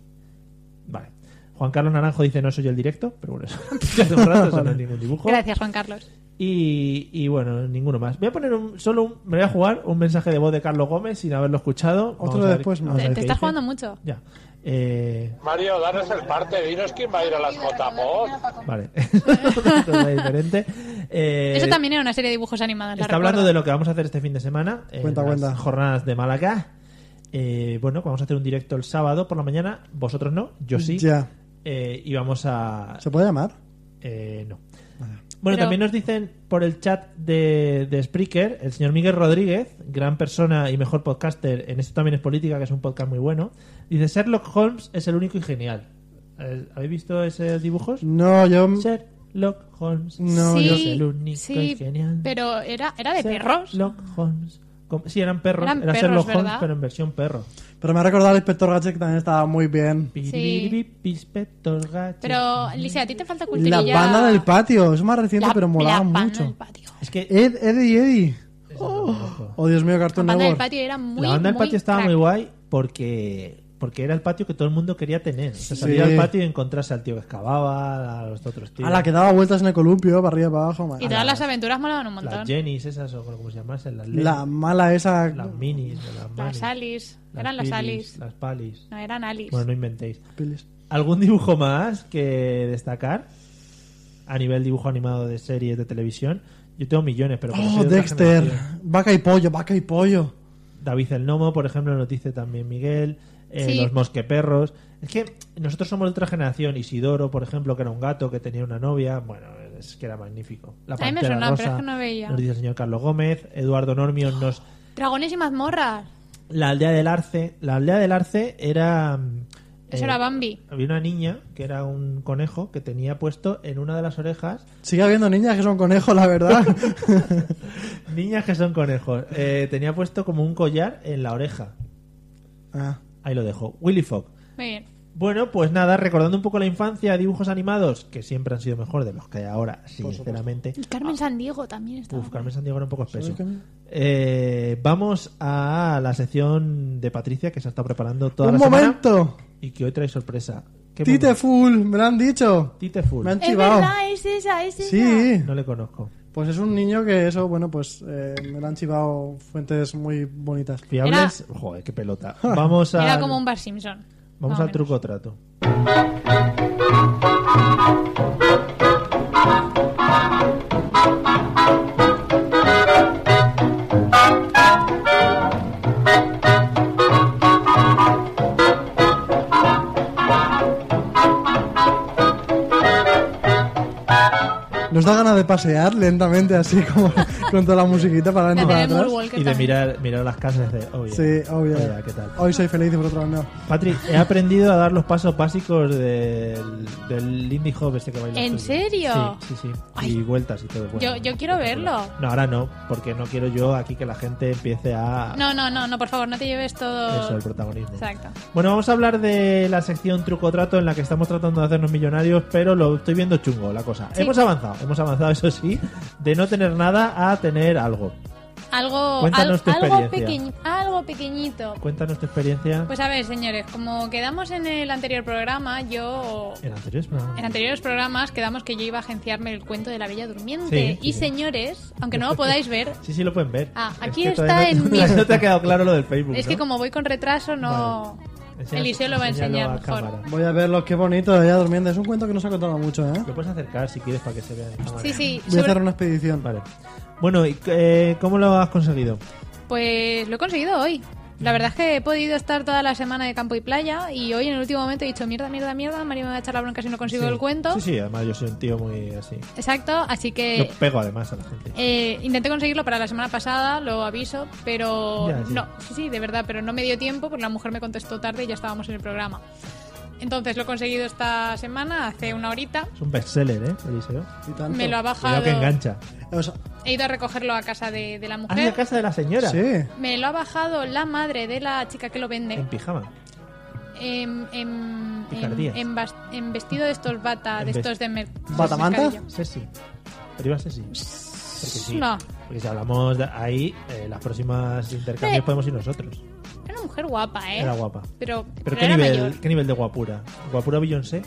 A: Vale. Juan Carlos Naranjo dice, no soy yo el directo, pero bueno, eso, ya hace un rato, eso no es ningún dibujo.
C: Gracias, Juan Carlos.
A: Y, y bueno, ninguno más. Voy a poner un, solo un, me voy a jugar un mensaje de voz de Carlos Gómez sin haberlo escuchado. Vamos
B: Otro
A: a ver-
B: después,
A: vamos a
C: Te,
A: ver
C: te
A: qué
C: estás
A: dice.
C: jugando mucho.
A: Ya. Eh,
E: Mario, danos el parte, dinos quién va a ir a las JPOD.
A: vale. Esto es diferente. Eh,
C: Eso también era una serie de dibujos animados. la
A: Está hablando
C: recuerdo.
A: de lo que vamos a hacer este fin de semana. en
B: Cuenta,
A: las
B: cuenta.
A: Jornadas de Málaga. Eh, bueno, vamos a hacer un directo el sábado por la mañana. Vosotros no, yo sí.
B: Ya.
A: Eh, y vamos a.
B: ¿Se puede llamar?
A: eh, no. Bueno,
C: Pero-
A: también nos dicen por el chat de, de Spreaker, el señor Miguel Rodríguez, gran persona y mejor podcaster, en esto también es política, que es un podcast muy bueno, dice Sherlock Holmes es el único y genial. Eh, ¿Habéis visto esos dibujos?
B: No, yo.
A: Sherlock Holmes
B: No,
C: sí,
B: yo
A: es el único
C: sí,
A: y genial.
C: pero era, era de perros.
A: Sherlock Holmes. Com- Sí, eran perros.
C: Eran
A: Era
C: perros,
A: Sherlock Holmes,
C: ¿verdad?
A: pero en versión perro.
B: Pero me ha recordado al inspector Gadget que también estaba muy bien.
C: Pero, Alicia, a ti te falta
B: La
C: culturilla.
B: banda del patio, es más reciente,
C: La-
B: pero molaba
C: la banda del
B: mucho.
C: patio.
A: Es que
B: Ed, Eddie y Eddie. Eh, Oh, oh, Dios mío,
C: La
B: Cartoon
C: banda del
B: Network.
C: patio era muy
A: la banda del
C: muy
A: patio estaba
C: crack.
A: muy guay porque porque era el patio que todo el mundo quería tener. O sea, salir
B: Sí.
A: al patio y encontrarse al tío que excavaba, a los otros tíos.
B: A la que daba vueltas en el columpio, para arriba y para abajo. madre.
C: Y todas las aventuras molaban un montón.
A: Las Jennys esas, o como se llamasen, las Lenny,
B: La mala esa.
A: las Minis, o las
C: Las
A: Manis,
C: Alice. Eran las
A: Pilis,
C: Alice.
A: Las Palis.
C: No, eran Alice.
A: Bueno, no inventéis.
B: Pilis.
A: ¿Algún dibujo más que destacar? A nivel dibujo animado de series de televisión. Yo tengo millones, pero como
B: Oh,
A: soy de otra
B: Dexter.
A: generación-
B: Vaca y pollo, vaca y pollo.
A: David el Nomo, por ejemplo, nos dice también Miguel. eh,
C: Sí.
A: Los mosqueperros. Es que nosotros somos de otra generación. Isidoro, por ejemplo, que era un gato que tenía una novia. Bueno, es que era magnífico. La
C: A mí me
A: Pantera
C: sonaba, pero
A: Rosa,
C: es que no veía.
A: Nos dice el señor Carlos Gómez. Eduardo Normion nos.
C: Dragones y mazmorras.
A: La aldea del Arce. La aldea del Arce era. mm,
C: Eso
A: eh,
C: era Bambi.
A: Había una niña que era un conejo que tenía puesto en una de las orejas
B: Sigue habiendo niñas que son conejos, la verdad.
A: Niñas que son conejos. Eh, tenía puesto como un collar en la oreja.
B: Ah,
A: Ahí lo dejo. Willy Fogg.
C: Muy bien.
A: Bueno, pues nada, recordando un poco la infancia, dibujos animados, que siempre han sido mejor de los que hay ahora, sinceramente.
C: Y Carmen Sandiego también estaba.
A: Ah. Uf, Carmen Sandiego era un poco espeso.
B: ¿Sabes qué?
A: Eh, vamos a la sección de Patricia, que se ha estado preparando toda
B: ¡Un
A: la semana.
B: momento!
A: Y que hoy trae sorpresa. ¿Qué
B: Tite
A: momento?
B: Full, me lo han dicho.
A: Tite Full.
B: Me han
C: es
B: chivado.
C: verdad, Ah, es esa, es esa.
B: Sí.
A: No le conozco.
B: Pues es un niño que eso, bueno, pues eh, me lo han chivado fuentes muy bonitas.
A: ¿Fiables? Joder, qué pelota. Vamos a...
C: Era como un Bar Simpson.
A: Vamos
C: Más o
A: al
C: menos.
A: truco o trato.
B: Nos da ganas de pasear lentamente así como con toda la musiquita para
C: De
B: adelante para
C: tener
B: atrás.
C: Moonwalker
A: Y de
C: también.
A: mirar, mirar las casas de... Oh, yeah.
B: Sí,
A: Oh,
B: obvio.
A: yeah, ¿Qué tal?
B: Hoy soy feliz y por otro lado no.
A: Patrick, he aprendido a dar los pasos básicos del, del indie hop este que bailas
C: ¿En
A: tú.
C: serio?
A: Sí, sí, sí.
C: Ay.
A: Y vueltas y todo. Bueno,
C: Yo- yo quiero
A: espectacular.
C: verlo.
A: No, ahora no, porque no quiero yo aquí que la gente empiece a...
C: No, no, no, no, por favor, no te lleves todo.
A: Eso, el protagonismo.
C: Exacto.
A: Bueno, vamos a hablar de la sección truco trato en la que estamos tratando de hacernos millonarios, pero lo estoy viendo chungo la cosa.
C: Sí.
A: Hemos avanzado, hemos avanzado, eso sí, de no tener nada a tener algo.
C: Algo,
A: Cuéntanos
C: al-
A: tu
C: algo,
A: experiencia.
C: pequeñ- algo pequeñito.
A: Cuéntanos tu experiencia
C: Pues a ver, señores, como quedamos en el anterior programa, yo.
A: en anteriores programas.
C: En anteriores programas quedamos que yo iba a agenciarme el cuento de la Bella Durmiente.
A: Sí,
C: y
A: sí.
C: señores, aunque no lo podáis ver,
A: Sí, sí, lo pueden ver.
C: Ah,
A: Es
C: aquí
A: que
C: está
A: todavía no,
C: en mi-
A: no te ha quedado claro lo del Facebook.
C: es que
A: ¿no?
C: como voy con retraso, no.
A: Enseña-
C: Eliseo lo va a
A: enséñalo
C: enseñar mejor.
A: cámara.
B: Voy a verlo, qué bonito, ella durmiendo. Es un cuento que no se ha contado mucho, ¿eh?
A: Lo puedes acercar si quieres para que se vea. en cámara.
C: Sí, sí.
B: Voy a
C: sobre-
B: hacer una expedición.
A: Vale. Bueno, ¿y eh, cómo lo has conseguido?
C: Pues lo he conseguido hoy. La verdad es que he podido estar toda la semana de campo y playa y hoy en el último momento he dicho mierda, mierda, mierda, Mario me va a echar la bronca si no consigo
A: Sí.
C: el cuento.
A: Sí, sí, además yo soy un tío muy así.
C: Exacto, así
A: Yo
C: que
A: pego además a la gente.
C: eh, intenté conseguirlo para la semana pasada, lo aviso, pero
A: Ya, sí.
C: no, sí, sí, de verdad, pero no me dio tiempo porque la mujer me contestó tarde y ya estábamos en el programa. Entonces lo he conseguido esta semana, hace una horita,
A: Es un bestseller, ¿eh, Eliseo?
B: Y tanto.
C: me lo ha
A: Cuidado
C: bajado,
A: que engancha.
B: O sea,
C: he ido a recogerlo a casa de, de la
A: Ah, en la
C: mujer,
A: casa de la señora.
B: sí.
C: me lo ha bajado la madre de la chica que lo vende. em,
A: En pijama.
C: en, en, en,
A: Picardías.
C: en bas- en em, vestido de estos
A: En
C: bata, de
A: vest-
C: estos de mer-
B: ¿Batamanta?
C: mercadillo.
A: Sexy. privarse sí. Porque sí.
C: No.
A: Porque si hablamos de ahí, eh, las próximas intercambios
C: Sí.
A: podemos ir nosotros.
C: Era una mujer guapa, ¿eh?
A: Era guapa.
C: Pero,
A: Pero
C: pero
A: ¿qué
C: era
A: nivel,
C: mayor.
A: ¿qué nivel de guapura? ¿Guapura Beyoncé?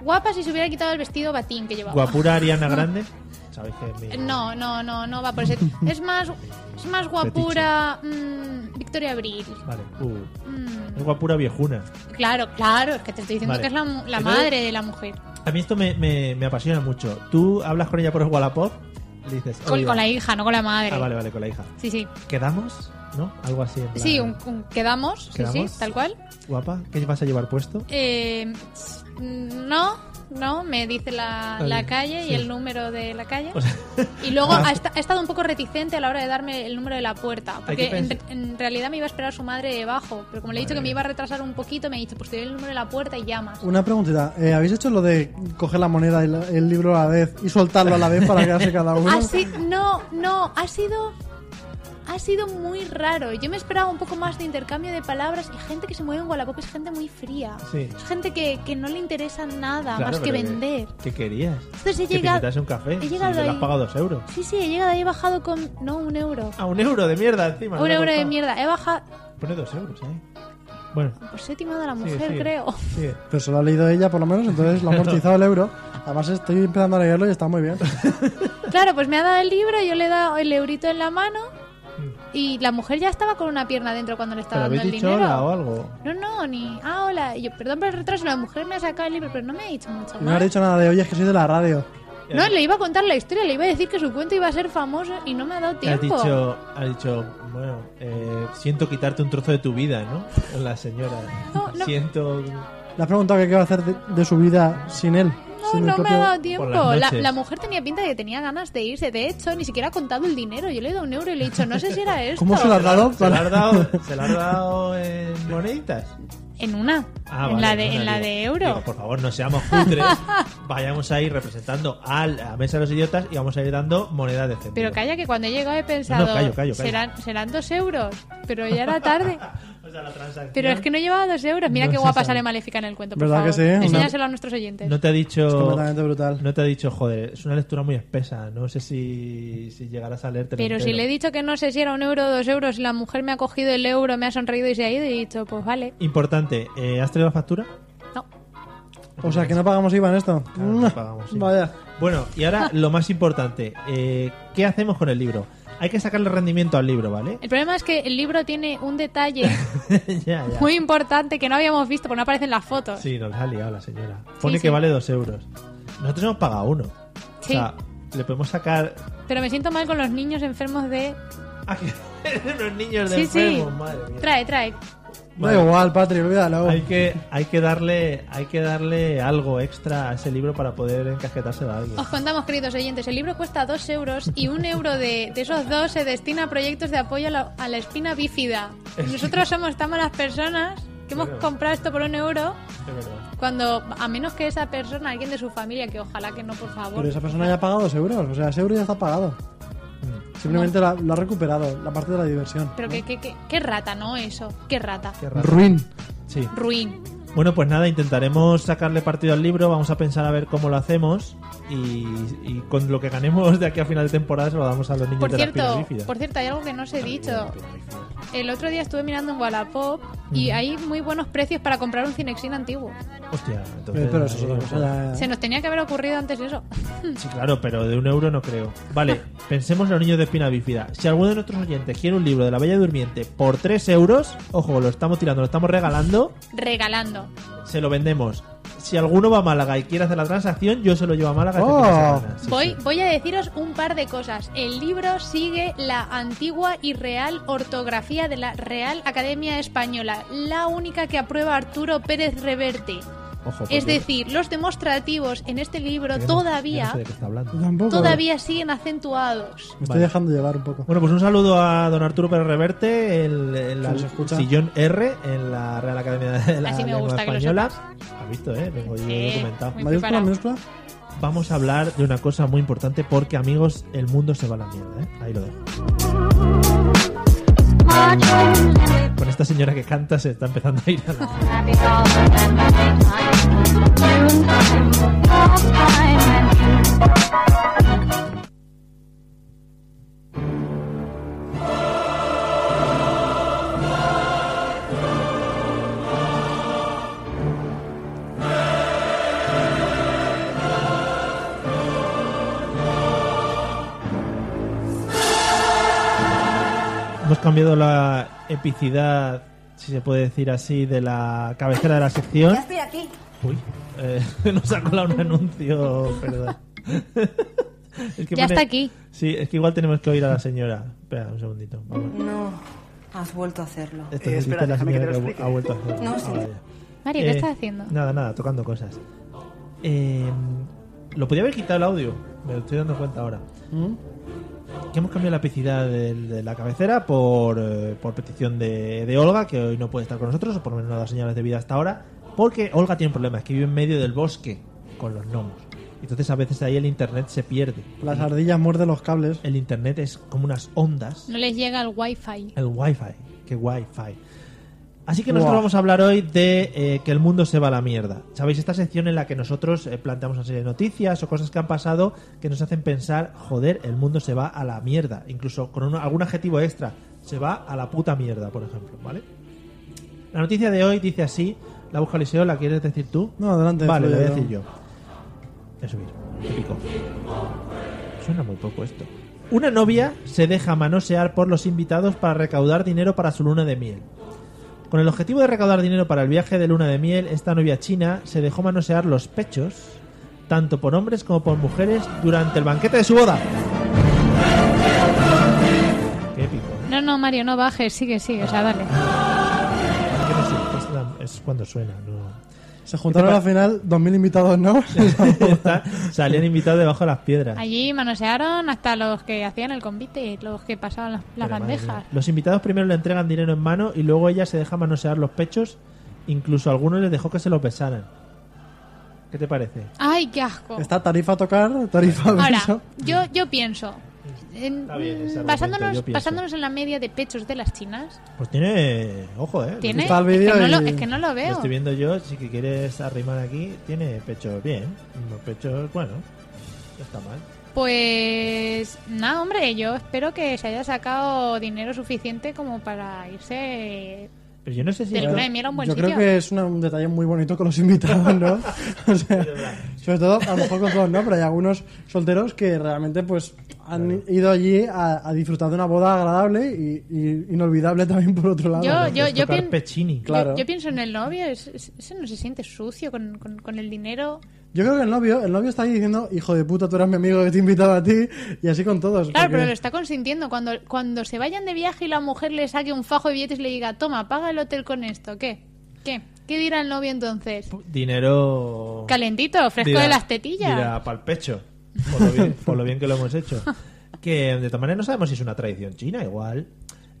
C: Guapa si se hubiera quitado el vestido batín que llevaba.
A: ¿Guapura Ariana Grande? Sabéis que es mi-
C: No, no, no, no va por ese. Es más, es más guapura mm, Victoria Abril.
A: Vale. uh,
C: Mm,
A: es guapura viejuna.
C: claro, claro, es que te estoy diciendo
A: Vale.
C: que es la, mu- la
A: Entonces-
C: madre de la mujer.
A: A mí esto me, me- me apasiona mucho. Tú hablas con ella por el Wallapop, le dices...
C: Con,
A: oiga-
C: con la hija, no con la madre.
A: Ah, vale, vale, con la hija.
C: Sí, sí.
A: ¿Quedamos? ¿No? Algo así. en plan,
C: Sí, un- un- quedamos, sí,
A: ¿Quedamos?
C: sí, tal cual.
A: Guapa, ¿qué vas a llevar puesto?
C: Eh, no, no, me dice la,
A: Vale,
C: la calle
A: Ah, sí.
C: y el número de la calle.
A: O sea, Ah.
C: Y luego ha, esta- ha estado un poco reticente a la hora de darme el número de la puerta. Porque
A: que
C: en,
A: pensar.
C: en realidad me iba a esperar su madre debajo. Pero como le he dicho que me iba a retrasar un poquito, me ha dicho, pues te doy el número de la puerta y llamas.
B: Una preguntita, eh, ¿habéis hecho lo de coger la moneda y la- el libro a la vez y soltarlo a la vez para quedarse cada uno?
C: Así, no, no, ha sido... Ha sido muy raro. Yo me esperaba un poco más de intercambio de palabras y gente que se mueve en Wallapop es gente muy fría.
A: Sí.
C: Es gente que, que no le interesa nada
A: Claro,
C: más que
A: pero ¿qué-
C: vender.
A: ¿Qué querías?
C: Entonces he
A: que te
C: llegado...
A: invitase un café.
C: he
A: si
C: llegado
A: le has
C: ahí.
A: pagado dos euros.
C: Sí, sí, he llegado ahí, he bajado con... No, un euro.
A: A un euro de mierda encima. no
C: un
A: Ah, le ha
C: euro de
A: costado.
C: mierda. He bajado...
A: Pone dos euros ahí. Bueno,
C: Pues he timado a la
A: sigue,
C: mujer,
A: sigue,
C: creo.
A: sigue.
B: Pero se lo ha leído ella, por lo menos, entonces lo ha amortizado el euro. Además, estoy empezando a leerlo y está muy bien.
C: Claro, pues me ha dado el libro, yo le he dado el eurito en la mano y la mujer ya estaba con una pierna dentro cuando le
A: Mm. ¿Pero
C: estaba
A: habéis
C: dando el
A: dicho
C: dinero.
A: hola o algo?
C: No, no, ni. Ah, hola. Y yo, perdón por el retraso, la mujer me ha sacado el libro, pero no me ha dicho mucho
B: Y no ha
C: más.
B: dicho nada de, oye, es que soy de la radio.
C: No, le iba a contar la historia, le iba a decir que su cuento iba a ser famoso y no me ha dado
A: Has
C: tiempo.
A: dicho, has dicho, bueno, eh, siento quitarte un trozo de tu vida, ¿no? Con La señora.
C: No, no.
A: Siento.
B: Le has preguntado qué va a hacer de, de su vida sin él.
C: no,
B: sin el
C: no me
B: propio-
C: ha dado
A: Por
C: tiempo.
A: las
C: La,
A: noches.
C: la mujer tenía pinta de que tenía ganas de irse. De hecho, ni siquiera ha contado el dinero. Yo le he dado un euro y le he dicho, no sé si era esto.
B: ¿Cómo se lo has dado?
A: ¿Se la has dado, se la has dado en moneditas?
C: En una.
A: Ah,
C: en
A: vale,
C: la de,
A: no, no,
C: en la
A: digo-
C: de euro.
A: digo, por favor, no seamos cutres. Vayamos a ir representando a la mesa de los idiotas y vamos a ir dando monedas de céntimo.
C: Pero calla, que cuando he llegado he pensado,
A: No, no, callo, callo, callo.
C: Serán, serán dos euros, pero ya era tarde.
A: O sea, la transacción-
C: Pero es que no llevaba dos euros. Mira
A: No
C: qué
A: se
C: guapa
A: sabe.
C: sale Maléfica en el cuento, por
B: ¿Verdad que
C: favor.
B: sí?
C: Enséñaselo a nuestros oyentes.
A: No te ha dicho.
B: Es completamente brutal.
A: No te ha dicho, joder, es una lectura muy espesa. No sé si, si llegarás a leerte.
C: pero si le he dicho que no sé si era un euro o dos euros, y la mujer me ha cogido el euro, me ha sonreído y se ha ido, y he dicho, pues vale.
A: Importante, eh, ¿has traído la factura?
C: No.
B: O sea, que no pagamos IVA en esto.
A: Claro, no
B: Mm,
A: pagamos, sí.
B: Vaya.
A: Bueno, y ahora lo más importante. eh, ¿Qué hacemos con el libro? Hay que sacarle rendimiento al libro, ¿vale?
C: El problema es que el libro tiene un detalle
A: ya, ya.
C: muy importante que no habíamos visto, porque no aparecen las fotos.
A: Sí, nos ha liado la señora. Pone
C: Sí,
A: que
C: sí.
A: vale dos euros. Nosotros hemos pagado uno. O
C: Sí.
A: sea, le podemos sacar.
C: Pero me siento mal con los niños enfermos de...
A: Ah, que- unos niños de
C: Sí, sí.
A: enfermos, madre mía.
C: Trae, trae.
A: Vale.
B: Da igual, Patri, olvídalo.
A: Hay que, hay que darle, hay que darle algo extra a ese libro para poder encajetarse a alguien.
C: Os contamos, queridos oyentes, el libro cuesta 2 euros y un euro de, de esos dos se destina a proyectos de apoyo a la, a la espina bífida. Y Nosotros somos tan malas personas que hemos
A: Claro.
C: comprado esto por un euro
A: Es verdad.
C: cuando, a menos que esa persona, alguien de su familia, que ojalá que no, por favor.
B: Pero esa persona ya ha pagado dos euros. O sea, ese euro ya está pagado.
A: Mm.
B: Simplemente la- lo ha recuperado, la parte de la diversión.
C: Pero que, que- que- qué rata, ¿no? Eso, qué rata.
A: Qué raro.
B: Ruin.
A: Sí.
C: Ruin.
A: Bueno, pues nada, intentaremos sacarle partido al libro, vamos a pensar a ver cómo lo hacemos y, y con lo que ganemos de aquí a final de temporada se lo damos a los niños
C: Por
A: de la
C: cierto,
A: espina bífida.
C: por cierto, hay algo que no os he dicho. El otro día estuve mirando en Wallapop y hay muy buenos precios para comprar un Cinexin antiguo.
A: Hostia, entonces...
B: Eh, Pero eso es otra cosa. ya- ya-
C: Se nos tenía que haber ocurrido antes eso.
A: Sí, claro, pero de un euro no creo. Vale, pensemos en los niños de espina bífida. Si alguno de nuestros oyentes quiere un libro de la Bella Durmiente por 3 euros, ojo, lo estamos tirando, lo estamos regalando,
C: Regalando.
A: se lo vendemos. Si alguno va a Málaga y quiere hacer la transacción, yo se lo llevo a Málaga. este
B: Oh.
A: fin de semana. Sí,
C: Voy,
A: sí.
C: voy a deciros un par de cosas. El libro sigue la antigua y real ortografía de la Real Academia Española, la única que aprueba Arturo Pérez Reverte.
A: Ojo, por Dios.
C: Es decir, los demostrativos en este libro
A: Yo pues no- yo no
C: todavía,
A: sé de qué está hablando.
B: Yo Tampoco. eh.
C: todavía siguen acentuados.
B: Me estoy
A: Vale.
B: dejando llevar un poco.
A: Bueno, pues un saludo a don Arturo Pérez Reverte, el, el-
B: Que nos escucha.
A: sillón R en la Real Academia de la
C: Así me
A: Lengua
C: gusta que lo
A: Española. Ha visto, ¿eh? Vengo yo
C: Sí.
A: documentado.
C: Muy
B: ¿Mayúscula,
C: preparado.
B: minúscula?
A: Vamos a hablar de una cosa muy importante porque, amigos, el mundo se va a la mierda, ¿eh? Ahí lo dejo. Con esta señora que canta se está empezando a ir a la...
D: Happy
A: cambiado la epicidad, si se puede decir así, de la cabecera de la sección.
F: estoy aquí.
A: Uy, eh, nos ha colado un anuncio, perdón. Es que
C: Ya está aquí.
A: Sí, es que igual tenemos que oír a la señora. Espera un segundito. vamos.
F: No, has vuelto a hacerlo.
A: Esto es
G: Eh, espera,
A: la
G: déjame que
A: señora
G: te lo
A: que ha
G: explique.
A: ha vuelto a hacer.
F: No, sí.
A: Ah, vale.
C: Mario, ¿qué
A: Eh,
C: estás haciendo?
A: Nada, nada, tocando cosas. Eh, lo podía haber quitado el audio, me lo estoy dando cuenta ahora. Que hemos cambiado la epicidad del- de, la cabecera por, eh, por petición de, de Olga, que hoy no puede estar con nosotros, o por lo menos no ha dado señales de vida hasta ahora, porque Olga tiene problemas, que vive en medio del bosque con los gnomos. Entonces a veces ahí el internet se pierde.
B: Las ardillas muerden los cables.
A: El internet es como unas ondas.
C: No les llega el wifi.
A: El Wi-Fi. Que Wi-Fi. Así que nosotros
B: Guau.
A: vamos a hablar hoy de eh, que el mundo se va a la mierda. ¿Sabéis? Esta sección en la que nosotros eh, planteamos una serie de noticias o cosas que han pasado que nos hacen pensar, joder, el mundo se va a la mierda. Incluso con un- algún adjetivo extra. Se va a la puta mierda, por ejemplo, ¿vale? La noticia de hoy dice así. La busca Eliseo, ¿la quieres decir tú?
B: No, adelante,
A: Vale, la
B: fluye,
A: voy a
B: no.
A: decir yo. Voy a subir. Te pico. Suena muy poco esto. Una novia se deja manosear por los invitados para recaudar dinero para su luna de miel. Con el objetivo de recaudar dinero para el viaje de luna de miel, esta novia china se dejó manosear los pechos, tanto por hombres como por mujeres, durante el banquete de su boda. Qué épico. ¿eh?
C: No, no, Mario, no bajes, sigue, sigue, o sea, dale.
A: Ah. Que no sé, es la- es cuando suena, no.
B: Se juntaron al final 2.000 invitados, ¿no?
A: Está- salían invitados debajo de las piedras.
C: Allí manosearon hasta los que hacían el convite, los que pasaban las, las
A: Pero, madre
C: bandejas.
A: mía. Los invitados primero le entregan dinero en mano y luego ella se deja manosear los pechos. Incluso a algunos les dejó que se los besaran. ¿Qué te parece?
C: Ay, qué asco.
B: Está tarifa a tocar, tarifa a
C: Ahora,
B: beso.
C: yo, yo pienso, en-
A: Está bien ese argumento, yo
C: basándonos,
A: pienso.
C: basándonos en la media de pechos de las chinas,
A: Pues tiene. Ojo, ¿eh?
C: ¿tiene? Es
B: Está el
C: que,
B: vídeo
C: no lo,
B: y-
C: es que no lo
A: Lo
C: veo.
A: estoy viendo yo. Si que quieres arrimar aquí, tiene pechos bien. Los pechos, bueno. No está mal.
C: Pues nada, hombre, yo espero que se haya sacado dinero suficiente como para irse...
A: Pero yo no sé si.
C: Del Luna de Miel a un buen
B: Yo creo
C: sitio.
B: que es una- un detalle muy bonito con los invitados, ¿no? O sea, sobre todo, a lo mejor con todos, ¿no? Pero hay algunos solteros que realmente pues han ido allí a, a disfrutar de una boda agradable y, y inolvidable también por otro lado.
C: Yo,
B: ¿no?
C: yo,
A: es
C: yo,
A: tocar
C: pien-
A: pechini.
C: yo-
B: Claro.
C: yo, pienso en el novio, es- es- ese no se siente sucio con, con- con el dinero.
B: Yo creo que el novio, el novio está ahí diciendo, hijo de puta, tú eras mi amigo que te invitaba a ti, y así con todos.
C: Claro,
B: porque-
C: pero lo está consintiendo. Cuando, cuando se vayan de viaje y la mujer le saque un fajo de billetes y le diga, toma, paga el hotel con esto, ¿qué? ¿Qué? ¿Qué dirá el novio entonces?
A: Dinero.
C: Calentito, fresco
A: Dirá-
C: de las tetillas.
A: dirá, pa'l pecho. Por lo, bien, por lo bien que lo hemos hecho. Que de todas maneras no sabemos si es una tradición china, igual.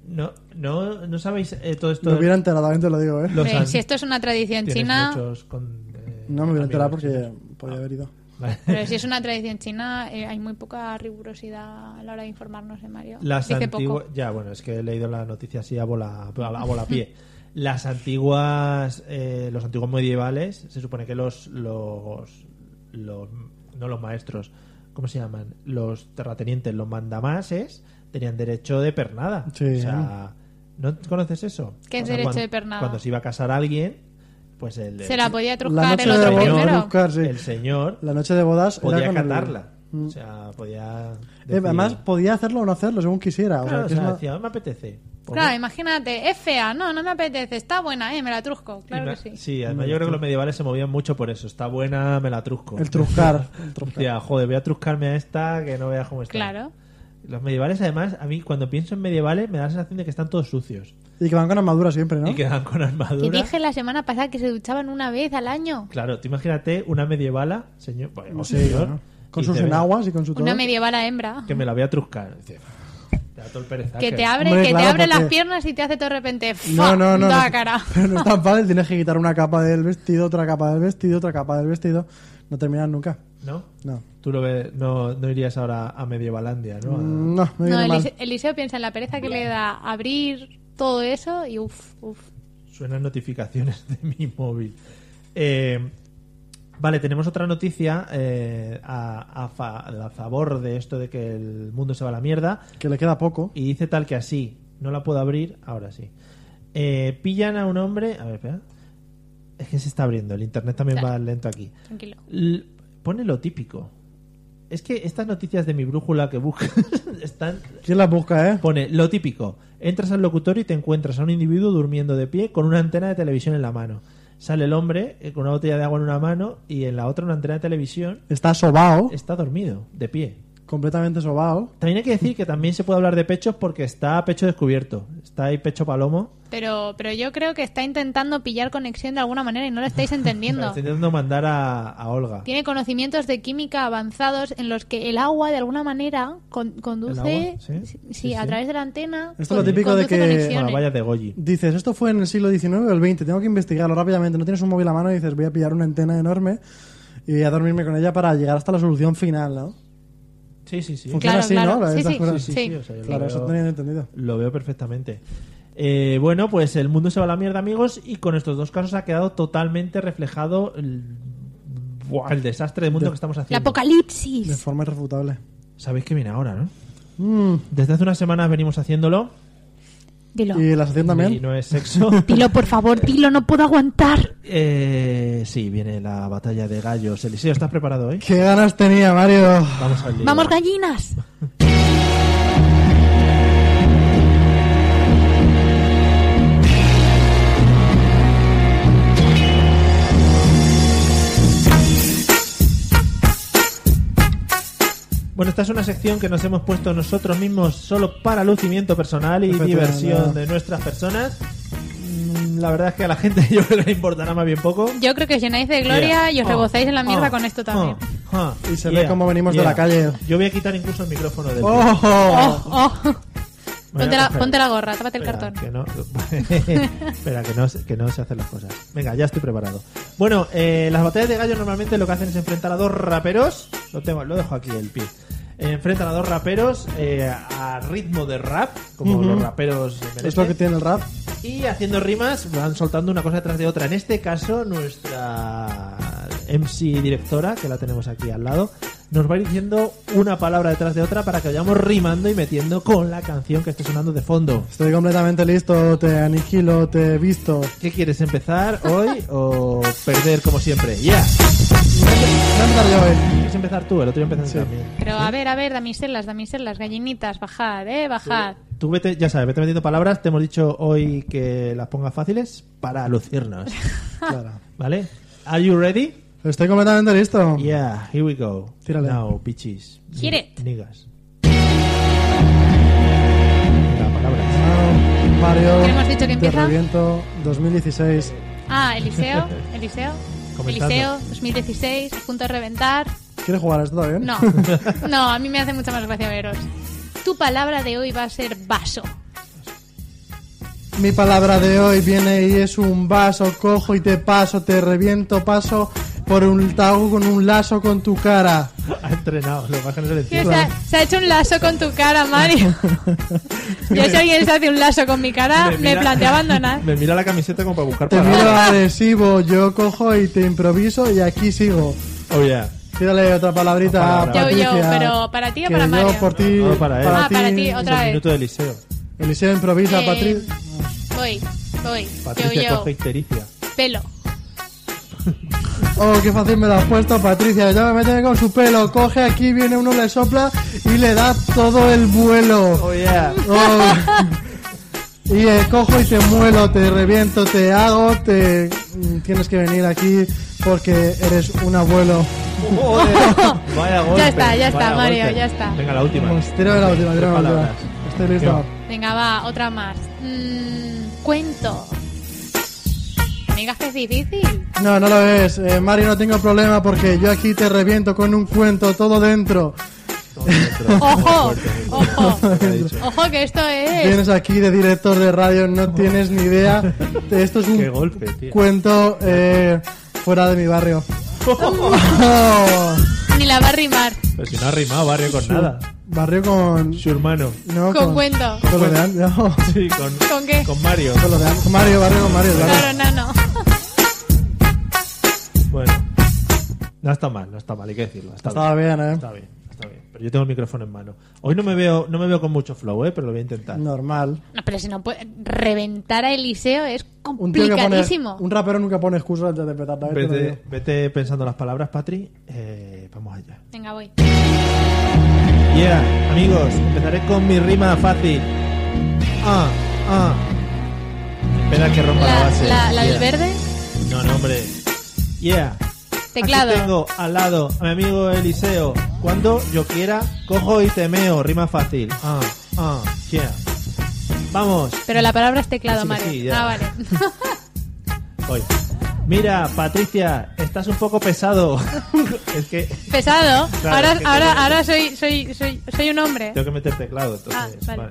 A: No, no, no sabéis eh, todo esto.
B: Me hubiera enterado, también te lo digo, ¿eh?
A: Los
C: Hombre,
A: an-
C: si esto es una tradición
A: tienes
C: china,
A: muchos con, eh,
B: No me
A: amigos
B: hubiera enterado porque
A: chinos.
B: podía haber ido.
A: Vale.
C: pero si es una tradición china, eh, hay muy poca rigurosidad a la hora de informarnos de Mario.
A: Las
C: Dice
A: antiguas.
C: poco.
A: Ya, bueno, es que he leído la noticia así a bola, a bola pie. Las antiguas. eh, los antiguos medievales, se supone que los, los. los. No los maestros. ¿Cómo se llaman? Los terratenientes, los mandamases, tenían derecho de pernada.
B: Sí.
A: O sea. ¿No conoces eso?
C: ¿Qué es
A: O sea,
C: derecho
A: cuan-
C: de pernada?
A: Cuando se iba a casar alguien, pues el.
C: Se la podía
B: La
C: truscar
B: noche
C: el
B: de
C: otro
A: boda-
C: primero.
B: buscar, sí.
A: el señor
B: La noche de bodas era
A: podía
B: con el-
A: catarla. O sea, podía.
B: Eh,
A: decir-
B: además, podía hacerlo o no hacerlo, según quisiera. o
A: Claro,
B: sea,
A: o
B: que es
A: sea,
B: una-
A: decía, me apetece. Pues
C: Claro, imagínate, es fea, no, no me apetece, está buena, eh, me la trusco, claro
A: Ima-
C: que sí.
A: además yo creo que los medievales se movían mucho por eso. Está buena, me la trusco.
B: Mm. El truscar. el truscar.
A: Hostia, joder, voy a truscarme a esta que no veas cómo está.
C: Claro.
A: Los medievales, además, a mí cuando pienso en medievales me da la sensación de que están todos sucios.
B: Y que van con armadura siempre, ¿no?
A: Y que van con armadura.
C: Te dije la semana pasada que se duchaban una vez al año.
A: Claro, tú imagínate una medievala, señor. bueno,
B: Sí,
A: señor
B: ¿no? Con
A: y
B: sus
A: te ve
B: enaguas y con su todo.
C: Una medieval a hembra.
A: Que me la voy a truscar. Dice, te da todo el perezaje.
C: Que te abre,
B: Hombre,
C: que
B: claro,
C: te abre las
B: porque-
C: piernas y te hace todo de repente.
B: No, no, no.
C: Da
B: no,
C: cara.
B: pero no es tan fácil. Tienes que quitar una capa del vestido, otra capa del vestido, otra capa del vestido. No terminas nunca.
A: ¿No?
B: No.
A: Tú lo ves, no, no irías ahora a Medievalandia, ¿no? A-
B: No, me
C: No,
B: viene mal.
C: Elise- Eliseo piensa en la pereza que le da abrir todo eso y uff, uff.
A: Suenan notificaciones de mi móvil. Eh, vale, tenemos otra noticia eh, a, a fa- a favor de esto de que el mundo se va a la mierda.
B: Que le queda poco.
A: Y dice tal que así. No la puedo abrir, ahora sí. Eh, pillan a un hombre. A ver, espera. Es que se está abriendo, el internet también va lento aquí.
C: Tranquilo.
A: L- pone lo típico. Es que estas noticias de mi brújula que buscas están
B: ¿Quién la busca, eh?
A: Pone lo típico. Entras al locutorio y te encuentras a un individuo durmiendo de pie con una antena de televisión en la mano. Sale el hombre eh, con una botella de agua en una mano y en la otra una antena de televisión.
B: Está sobao,
A: Está dormido, de pie.
B: completamente sobao.
A: También hay que decir que también se puede hablar de pechos porque está a pecho descubierto. Está ahí pecho palomo.
C: Pero, pero yo creo que está intentando pillar conexión de alguna manera y no lo estáis entendiendo.
A: Está intentando mandar a, a Olga.
C: Tiene conocimientos de química avanzados en los que el agua de alguna manera con- conduce
A: agua? Sí.
C: sí,
A: Sí,
C: a
A: sí.
C: través de la antena.
B: Esto es lo
C: con-
B: típico de
C: conduce
B: que-
C: conexiones.
A: Bueno, vaya de Goyi.
B: Dices, esto fue en el siglo XIX o el XX, tengo que investigarlo rápidamente. No tienes un móvil a mano y dices, voy a pillar una antena enorme y voy a dormirme con ella para llegar hasta la solución final, ¿no?
A: Sí, sí, sí.
B: Funciona así,
C: claro.
B: ¿no? La-
C: Sí,
B: estas
C: sí.
B: cosas.
C: Sí, sí,
A: o sea, yo lo
B: Claro, eso
A: veo-
B: tenía entendido.
A: Lo veo perfectamente. Eh, bueno, pues el mundo se va a la mierda, amigos, y con estos dos casos ha quedado totalmente reflejado el, buah, el desastre de mundo que estamos
C: El
A: haciendo.
C: apocalipsis.
B: De forma irrefutable.
A: Sabéis que viene ahora, ¿no?
B: Mm,
A: Desde hace unas semanas venimos haciéndolo
C: Dilo.
B: Y la sección
A: y
B: también.
A: no es sexo.
C: Dilo, por favor, dilo, no puedo aguantar.
A: Eh, sí, viene la batalla de gallos. Eliseo, ¿estás preparado hoy?
B: ¿Qué ganas tenía, Mario?
A: Vamos al lío.
C: ¡Vamos, gallinas!
A: Bueno, esta es una sección que nos hemos puesto nosotros mismos solo para lucimiento personal y
B: Efectivamente.
A: diversión de nuestras personas. Mm, La verdad es que a la gente yo creo que le importará más bien poco. Ah,
C: Yo creo que os llenáis de gloria y os regocijáis en la
A: Oh.
C: mierda con esto también.
B: Y se ve cómo venimos de la calle.
A: Yo voy a quitar incluso el micrófono del.
B: ¡Ojo!
C: Oh, oh.
A: Voy a
C: Ponte la,
A: coger.
C: ponte la gorra, tápate el
A: Espera,
C: cartón.
A: Que no, espera, que no, se- que no se hacen las cosas. Venga, ya estoy preparado. Bueno, eh, las batallas de gallos normalmente lo que hacen es enfrentar a dos raperos. Lo, tengo, lo dejo aquí el pie. Eh, Enfrentan a dos raperos eh, a ritmo de rap, como
B: Ujú.
A: los raperos se
B: Es lo que
A: merecen.
B: tiene el rap.
A: Y haciendo rimas van soltando una cosa tras de otra. En este caso, nuestra MC directora, que la tenemos aquí al lado, nos va a ir diciendo una palabra detrás de otra para que vayamos rimando y metiendo con la canción que esté sonando de fondo.
B: Estoy completamente listo, te aniquilo, te he visto.
A: ¿Qué quieres empezar hoy o perder como siempre? Ya.
B: Voy a empezar yo, eh.
A: ¿Quieres empezar tú? El otro día empezaste también.
C: Pero a ver, a ver, damiselas, damiselas, gallinitas, bajad, eh, bajad.
A: Tú vete, ya sabes, vete metiendo palabras. Te hemos dicho hoy que las pongas fáciles para lucirnos.
B: Claro.
A: ¿Vale? Are you ready?
B: Estoy completamente listo.
A: Yeah, here we go.
B: Tírale.
A: Now, bitches.
C: Hit it.
A: Niggas. La palabra.
B: Ah, Mario,
C: ¿Qué hemos dicho que
B: te
C: empieza?
B: reviento 2016.
C: Ah, Eliseo, Eliseo.
A: Comenzando.
C: Eliseo, 2016, a punto de reventar.
B: ¿Quieres jugar a esto también?
C: No, no, a mí me hace mucha más gracia veros. Tu palabra de hoy va a ser vaso.
B: Mi palabra de hoy viene y es un vaso, cojo y te paso, te reviento, paso por un tago con un lazo con tu cara.
A: Ha entrenado, lo bajan en el
C: Que se, ha, se ha hecho un lazo con tu cara, Mario. Yo si alguien se hace un lazo con mi cara, me, planteo abandonar.
A: Me mira la camiseta como para buscar
B: Te miro
A: palabras.
B: agresivo, yo cojo y te improviso y aquí sigo.
A: Oh, yeah.
B: Tírale otra palabrita,
A: Otra
C: Yo,
B: Patricia.
C: yo, pero ¿para ti o
B: que
C: para
B: yo
C: Mario?
B: por ti,
A: No, para él.
C: Ah, para ti,
A: Es
C: otra
A: el
C: vez.
A: minuto de Eliseo.
B: Eliseo improvisa,
C: Eh,
B: Patricia.
C: Voy, voy.
A: Patricia
C: yo,
A: coge
C: yo.
A: ictericia.
C: Pelo.
B: Oh, qué fácil me lo has puesto, Patricia. Ya me mete con su pelo. Coge, aquí viene uno, le sopla y le da todo el vuelo.
A: Oh, yeah.
B: Oh. Y eh, cojo y te muelo, te reviento, te hago, te... mm, Tienes que venir aquí porque eres un abuelo.
A: Vaya golpe.
C: Ya está, ya está,
A: vaya
C: Mario,
A: golpe.
C: ya está.
A: Venga, la última.
B: Vamos, tírame la última, tírame la última.
A: palabras.
B: Estoy listo.
C: Venga, va, otra más. Mm, cuento. No digas que es difícil.
B: No, no lo es. Eh, Mario, no tengo problema porque yo aquí te reviento con un cuento todo dentro.
C: Ojo, ojo,
A: Lo que ha dicho.
C: ojo que esto es.
B: Vienes aquí de director de radio, no tienes ni idea. Esto es
A: Qué
B: un
A: golpe, tío.
B: cuento eh, fuera de mi barrio.
C: Ni la va a rimar.
A: Pero si no ha rimado barrio con nada.
B: Barrio con...
A: Su hermano.
B: No,
C: Con cuento.
B: Con lo de antes. no.
A: Sí, con,
C: ¿Con qué?
A: con Mario.
B: Con lo de antes. Con Mario, barrio con Mario, claro.
C: Claro, no, no.
A: Bueno. No está mal, no está mal, hay que decirlo. Está,
B: Estaba bien, eh.
A: bien, está bien, está bien. Pero yo tengo el micrófono en mano. Hoy no me veo, no me veo con mucho flow, eh, pero lo voy a intentar.
B: Normal.
C: No, pero si no puede. Reventar a Eliseo es
B: Un, tío que pone-
C: complicadísimo.
B: un rapero nunca pone excusas antes de petar. ¿sabes? Te lo digo.
A: Vete, vete pensando las palabras, Patri. Eh, vamos allá.
C: Venga, voy.
A: Yeah, amigos, empezaré con mi rima fácil. ah, ah. Espera que rompa la,
C: La,
A: base.
C: la- la del
A: Yeah.
C: verde,
A: No, no, hombre. Yeah. Aquí
C: teclado.
A: tengo al lado a mi amigo Eliseo. Cuando yo quiera, cojo y temeo. Rima fácil. Ah, ah, yeah. Vamos.
C: Pero la palabra es teclado,
A: Sí,
C: Mario.
A: sí, ya.
C: Ah, vale.
A: Voy. Mira, Patricia, estás un poco pesado. es que
C: Pesado.
A: Claro,
C: ahora
A: es que
C: ahora,
A: tengo-
C: ahora soy, soy, soy, soy un hombre.
A: tengo que meter teclado. Entonces,
C: Ah, vale.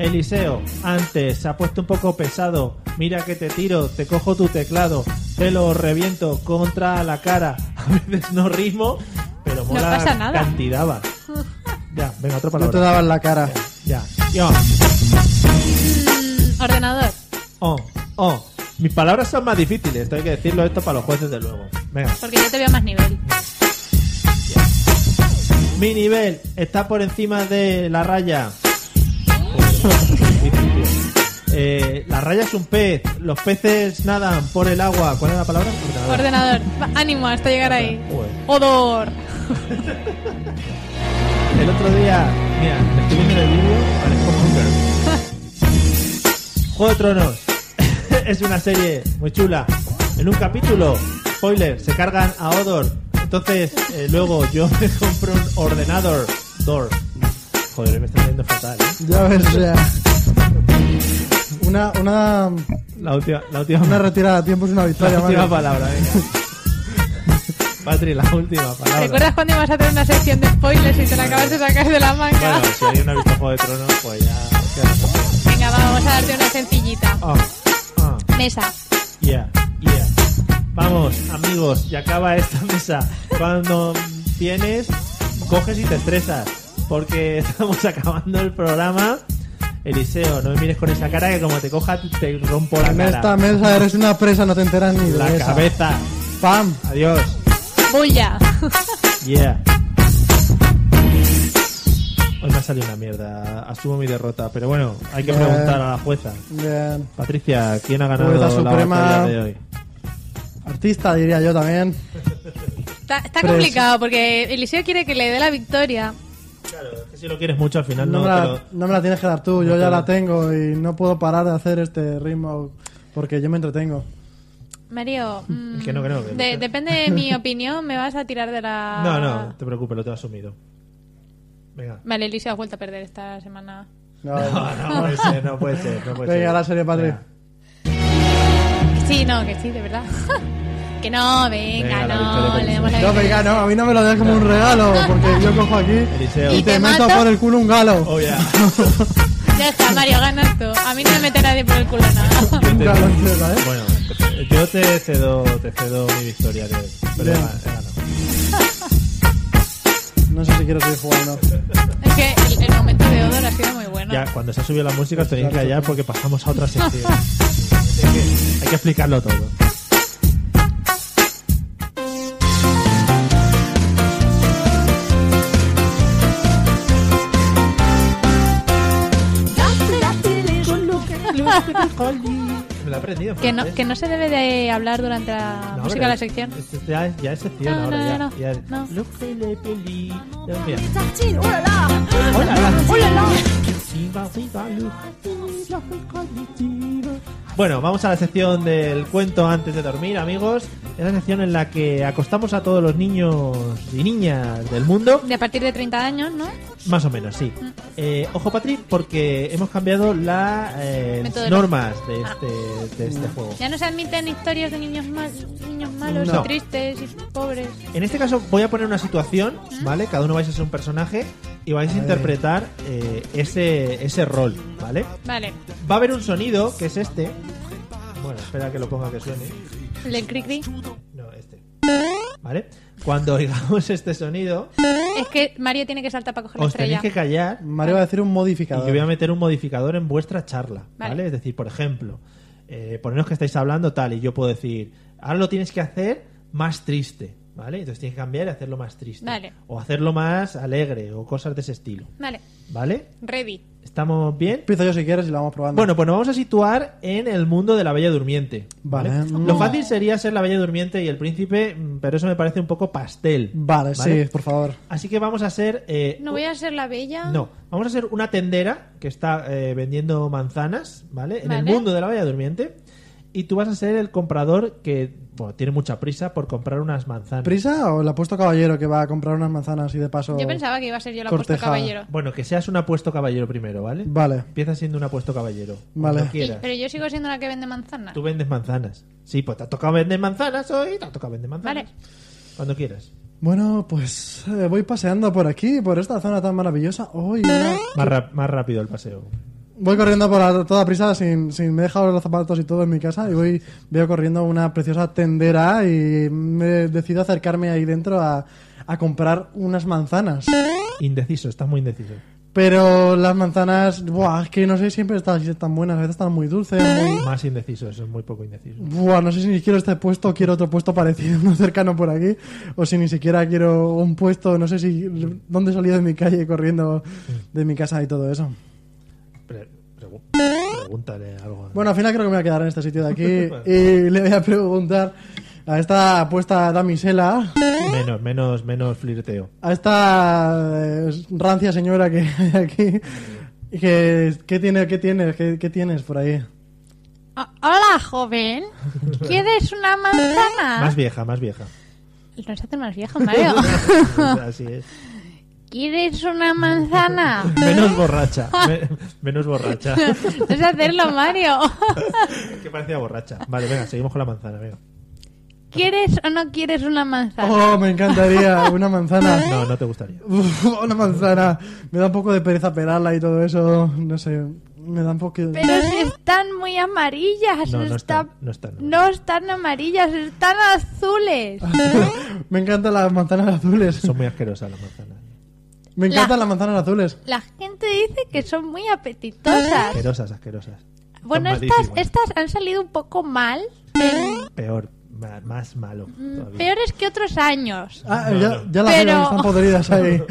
A: Eliseo, antes se ha puesto un poco pesado. Mira que te tiro, te cojo tu teclado, te lo reviento contra la cara. A veces no ritmo, pero mola
C: pasa nada.
A: cantidad. va. Ya, venga, otra
B: No
A: palabra.
B: te daban la cara.
A: Ya. Yo.
C: Mm, ordenador.
A: Oh, oh. Mis palabras son más difíciles, esto hay que decirlo esto para los jueces de luego. Venga.
C: Porque yo te veo más nivel.
A: Mi nivel está por encima de la raya. Eh, la raya es un pez. Los peces nadan por el agua. ¿Cuál es la palabra?
C: Ordenador. Va, Ánimo hasta llegar ahí.
A: Joder.
C: Odor.
A: El otro día, mira, me estoy viendo el vídeo, parezco Hunger. Juego de Tronos es una serie muy chula. En un capítulo, spoiler, se cargan a Odor. Entonces, eh, luego yo me compro un ordenador. Door. Joder, me está saliendo fatal. ¿eh?
B: Ya ves, o sea. Una, una,
A: La última, la última,
B: una retirada a tiempo es una
A: la
B: victoria,
A: última
B: Mario.
A: palabra, venga. Patri, la última palabra.
C: ¿Recuerdas cuando ibas a hacer una sección de spoilers y te la acabas de sacar de la manga?
A: Bueno, si alguien no ha visto Juego de Tronos, pues ya.
C: Venga, va, vamos a darte una sencillita.
A: Ah, ah.
C: Mesa.
A: Yeah, yeah. Vamos, amigos, y acaba esta mesa. Cuando tienes, coges y te estresas. Porque estamos acabando el programa. Eliseo, no me mires con esa cara que como te coja te rompo la
B: En esta
A: cara.
B: mesa eres una presa, no te enteras ni de
A: La
B: esa.
A: cabeza.
B: ¡Pam!
A: Adiós.
C: Bulla.
A: Yeah. Hoy me ha salido una mierda. Asumo mi derrota. Pero bueno, hay que
B: Bien.
A: preguntar a la jueza.
B: Bien.
A: Patricia, ¿quién ha ganado
B: Jueza
A: la
B: suprema.
A: batalla de hoy?
B: Artista, diría yo también.
C: Está, está
B: Presa.
C: complicado porque Eliseo quiere que le dé la victoria.
A: Claro, es que si lo quieres mucho al final
B: No,
A: no,
B: me
A: te
B: la,
A: lo-
B: no me la tienes que dar
A: no
B: tú, yo
A: te
B: ya
A: lo-
B: la tengo y no puedo parar de hacer este ritmo porque yo me entretengo.
C: Mario, mm,
A: Que no, que no, que no.
C: de- depende de mi opinión, me vas a tirar de la...
A: No, no, te preocupes, lo tengo asumido. Venga.
C: Vale, Eliseo ha vuelto a perder esta semana.
B: No,
A: No, no puede ser, no puede ser, no puede
B: Venga,
A: ser.
B: la serie, padre.
A: Venga.
C: Que Sí, no, que sí, de verdad. que no, venga,
A: Venga, la victoria
C: no,
A: por
C: le demos la
B: No,
C: victoria.
B: venga, no, a mí no me lo dejes como un regalo porque yo cojo aquí
A: Eliseo.
B: y
C: Y
B: te,
C: te
B: meto
C: mato.
B: por el culo un galo.
A: Oh, yeah.
C: Ya está, Mario, ganas tú. A mí no me mete nadie por el culo nada.
A: Yo
B: Un
A: te-
B: galo, entera, ¿eh?
A: Bueno, yo te cedo, te cedo mi victoria de hoy. Pero he
B: Bien.
A: ganado.
B: No sé si quiero seguir jugando.
C: Es que el, el momento de Odor ha sido muy bueno.
A: Ya, cuando se ha subido la música os tenéis que callar porque pasamos a otra sección. Así que Hay que explicarlo todo. Me lo he aprendido.
C: Que no,
A: francés.
C: que no se debe de hablar durante la
A: No,
C: música
A: pero
C: de la sección.
A: es- es- Ya, ya es sección
C: No,
A: ahora.
C: no,
A: ya,
C: no,
A: ya.
C: no.
A: Look, le peli. Ya, mira. Bueno, vamos a la sección del cuento antes de dormir, amigos. Es la sección en la que acostamos a todos los niños y niñas del mundo.
C: De a partir de 30 años, ¿no?
A: Más o menos, sí. Eh, ojo, Patrick, porque hemos cambiado las eh,
C: Metodología.
A: normas de este, de este juego.
C: Ya no se admiten historias de niños, mal- niños malos
A: No.
C: y tristes y pobres.
A: En este caso voy a poner una situación, ¿vale? Cada uno vais a ser un personaje y vais a interpretar eh, ese, ese rol, ¿vale?
C: Vale,
A: Va a haber un sonido, que es este. Bueno, espera que lo ponga que suene.
C: el del cri-cri.
A: No, este. ¿Vale? Cuando oigamos este sonido,
C: Es que Mario tiene que saltar para coger la
A: os tenéis
C: estrella.
A: que callar
B: Mario va a decir un
A: y yo voy a
B: modificador.
A: meter un modificador en vuestra charla, ¿vale?
C: Vale.
A: Es decir, por ejemplo, eh, poneros que estáis hablando tal y yo puedo decir, ahora lo tienes que hacer más triste, ¿vale? Entonces tienes que cambiar y hacerlo más triste.
C: Vale.
A: O hacerlo más alegre o cosas de ese estilo,
C: Vale,
A: ¿vale?
C: ready.
A: ¿Estamos bien?
B: Empiezo yo si quieres y lo vamos probando.
A: Bueno, pues nos vamos a situar en el mundo de la Bella Durmiente.
B: Vale.
A: Lo fácil sería ser la Bella Durmiente y el Príncipe, mm, pero eso me parece un poco pastel.
B: Vale,
A: ¿Vale?
B: sí, por favor.
A: Así que vamos a ser... eh,
C: No voy a ser la bella.
A: no, vamos a ser una tendera que está eh, vendiendo manzanas, ¿vale? En el
C: Vale.
A: mundo de la Bella Durmiente. Y tú vas a ser el comprador que bueno, tiene mucha prisa por comprar unas manzanas.
B: ¿Prisa o el apuesto caballero que va a comprar unas manzanas y de paso.
C: Yo pensaba que iba a ser yo la puesta
B: Corteja.
C: caballero.
A: Bueno, que seas un apuesto caballero primero, ¿vale?
B: Vale.
A: Empieza siendo un apuesto caballero.
B: Vale.
A: cuando
C: Y-
A: quieras.
C: pero yo sigo siendo la que vende manzanas.
A: Tú vendes manzanas. Sí, pues te ha tocado vender manzanas hoy, te ha tocado vender manzanas.
C: Vale.
A: Cuando quieras.
B: Bueno, pues eh, voy paseando por aquí, por esta zona tan maravillosa. Uy, mira.
A: Más, ra- más rápido el paseo.
B: Voy corriendo por la- toda prisa, sin, sin me he dejado los zapatos y todo en mi casa, y voy veo corriendo una preciosa tendera y me decido acercarme ahí dentro a, a comprar unas manzanas.
A: Indeciso, estás muy indeciso.
B: Pero las manzanas, buah, es que no sé siempre están, si están buenas, a veces están muy dulces, muy...
A: Más indeciso, eso es muy poco indeciso.
B: Buah, no sé si quiero este puesto o quiero otro puesto parecido, más cercano por aquí, o si ni siquiera quiero un puesto, no sé si dónde salí de mi calle corriendo de mi casa y todo eso.
A: Pre- pregu- pregúntale algo.
B: Bueno, al final creo que me voy a quedar en este sitio de aquí y le voy a preguntar a esta apuesta damisela,
C: ¿Eh?
A: Menos, menos, menos flirteo.
B: a esta eh, rancia señora que hay aquí, que, ¿qué, tiene, qué, tienes, qué, qué tienes por ahí?
C: Ah, hola, joven. ¿Quieres una manzana?
A: Más vieja, más vieja.
C: No se hace más viejo, Mario.
A: Así es.
C: ¿Quieres una manzana?
A: Menos borracha. me- menos borracha.
C: No sé hacerlo, Mario.
A: que parecía borracha. Vale, venga, seguimos con la manzana, venga.
C: ¿Quieres o no quieres una manzana?
B: Oh, me encantaría una manzana.
C: ¿Eh?
A: No, no te gustaría.
B: Uf, una manzana. Me da un poco de pereza pelarla y todo eso. No sé. Me da un poco.
C: Pero si están muy amarillas.
A: No, no
C: está-
A: están, no están, no.
C: no están amarillas, están azules.
B: Me encantan las manzanas azules.
A: Son muy asquerosas las manzanas.
B: Me encantan
C: La-
B: las manzanas azules.
C: La gente dice que son muy apetitosas.
A: Asquerosas, asquerosas. Son
C: Bueno, estas,
A: malísimas.
C: estas han salido un poco mal.
A: Peor, ma- más malo.
C: Mm,
A: todavía.
C: Peores que otros años.
B: Ah, ya, ya las
C: Pero-
B: veo, están podridas ahí.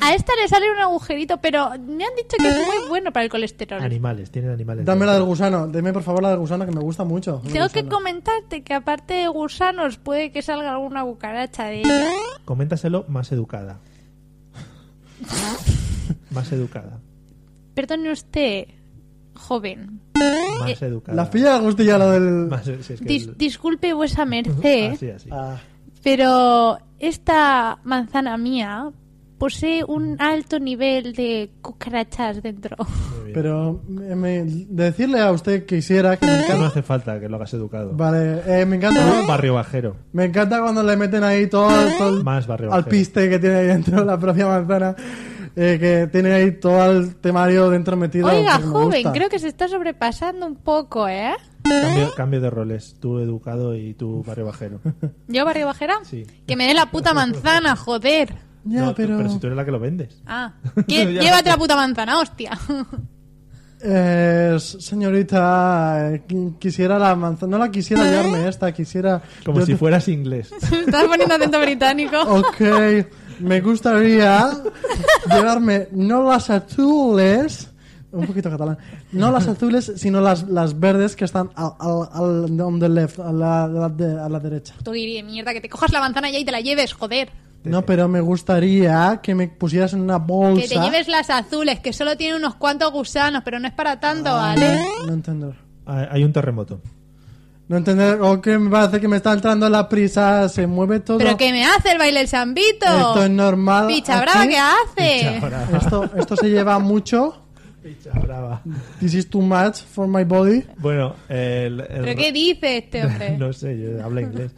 C: A esta le sale un agujerito, pero me han dicho que es muy bueno para el colesterol.
A: Animales, tienen animales.
B: Dame la del
A: dentro.
B: gusano. Deme por favor la del gusano que me gusta mucho.
C: Tengo que comentarte que aparte de gusanos puede que salga alguna cucaracha de ella.
A: Coméntaselo más educada. más educada.
C: Perdone usted, joven.
A: Más educada.
B: Las pilla Agustilla la del.
A: Más- si es que
C: Eh, Dis-
A: el-
C: disculpe vuesa merced,
A: Así, así.
B: Ah,
C: pero esta manzana mía posee un alto nivel de cucarachas dentro.
B: pero me- me- decirle a usted que hiciera que me
A: Que No
B: encanta.
A: hace falta que lo hagas educado.
B: Vale, eh, me encanta.
A: Un barrio bajero.
B: Me encanta cuando le meten ahí todo, todo el
A: Más barrio
B: al
A: bajero.
B: piste que tiene ahí dentro la propia manzana, eh, que tiene ahí todo el temario dentro metido.
C: Oiga,
B: que me
C: joven,
B: gusta.
C: creo que se está sobrepasando un poco, ¿eh?
A: Cambio, cambio de roles. Tú educado y tú barrio bajero.
C: ¿Yo, barrio bajera?
A: Sí.
C: Que me dé la puta manzana, joder.
B: Ya,
A: No, tú-
B: pero...
A: si tú eres la que lo vendes.
C: Ah,
A: Ya.
C: ¿qué? llévate la puta manzana, hostia.
B: Eh, señorita, eh, qui- quisiera la manzana... No la quisiera
C: ¿Eh?
B: llevarme esta, quisiera...
A: Como
B: yo
A: si
B: te-
A: fueras inglés.
C: Estás poniendo acento británico.
B: Ok, me gustaría llevarme no las azules... Un poquito catalán. No las azules, sino las, las verdes que están al, al, al- on the left, a la- a la de- a la derecha.
C: Tú guiri de mierda, que te cojas la manzana ya y te la lleves, joder.
B: No, pero me gustaría que me pusieras en una bolsa.
C: Que te lleves las azules, que solo tienen unos cuantos gusanos, pero no es para tanto, ¿vale?
B: No entender.
A: Ah, Hay un terremoto.
B: No entender. O que me parece que me está entrando la prisa, se mueve todo.
C: Pero que me hace el baile el sambito.
B: Esto es normal.
C: Picha
B: aquí.
C: brava, ¿qué hace?
B: Esto, esto se lleva mucho.
A: Picha brava.
B: This is too much for my body.
A: Bueno, el, el-
C: ¿Pero qué dice este hombre?
A: no sé, yo habla inglés.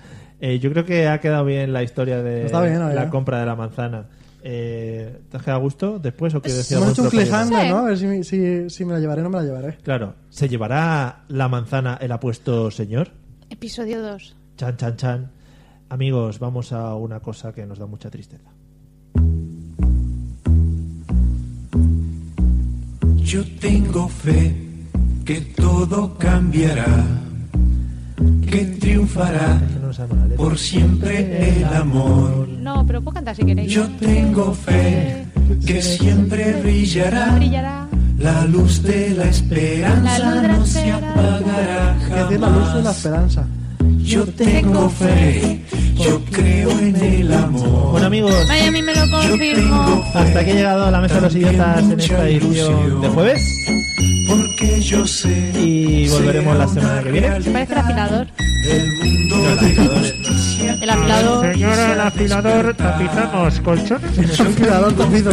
A: Eh, yo creo que ha quedado bien la historia de
B: Está bien, ¿no?
A: la
B: Ya.
A: compra de la manzana. Eh, ¿Te has quedado a gusto después o quieres decir
B: Hemos
A: algo
B: hecho un
A: en propiedad?
B: cliffhanger,
C: Sí.
B: ¿no? A ver si, me- si, si me la llevaré o no me la llevaré.
A: Claro, ¿se llevará la manzana el apuesto señor?
C: Episodio 2.
A: Chan, chan, chan. Amigos, vamos a una cosa que nos da mucha tristeza.
G: Yo tengo fe que todo cambiará, que triunfará
A: Que no nos ama la letra.
G: por siempre el amor.
C: No, pero puedo cantar si queréis.
G: Yo tengo fe que siempre brillará,
C: Brillará.
G: La luz de la esperanza
C: La luz de la
G: no se
C: esperanza.
G: apagará
B: Es decir, la luz de la
G: jamás.
B: esperanza.
G: Yo tengo fe, yo creo en el amor.
A: Bueno, amigos,
C: Vaya, a mí me lo
G: Yo tengo
C: confirmo.
G: fe,
A: hasta aquí ha llegado la mesa de los
G: también
A: idiotas en
G: mucha
A: esta edición
G: ilusión,
A: de jueves.
G: Porque yo sé
A: Y volveremos la
G: será
A: semana
G: una
A: que viene.
G: realidad.
C: Parece el afilador.
G: El mundo de justicia
A: Ah,
C: El afilador.
H: Señora, el afilador, tapizamos colchones en el
B: Son cuidador comido.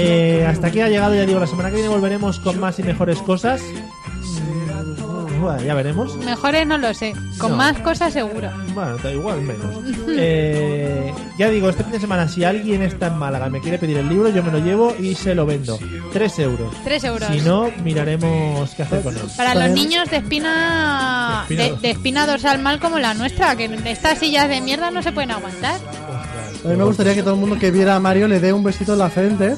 A: Eh, hasta aquí ha llegado, ya digo, la semana que viene volveremos con más y mejores cosas. Mm, bueno, ya veremos.
C: Mejores no lo sé. Con
A: No.
C: más cosas seguro.
A: Bueno, da igual, menos. Eh, ya digo, este fin de semana, si alguien está en Málaga y me quiere pedir el libro, yo me lo llevo y se lo vendo. 3 euros.
C: Tres euros.
A: Si no, miraremos qué hacer con él.
C: Para los
B: Para-
C: niños de espina
A: De
C: de,
A: espina-
C: de espina dorsal mal como la nuestra, que estas sillas de mierda no se pueden aguantar.
B: A mí me gustaría que todo el mundo que viera a Mario le dé un besito en la frente.
A: Eh.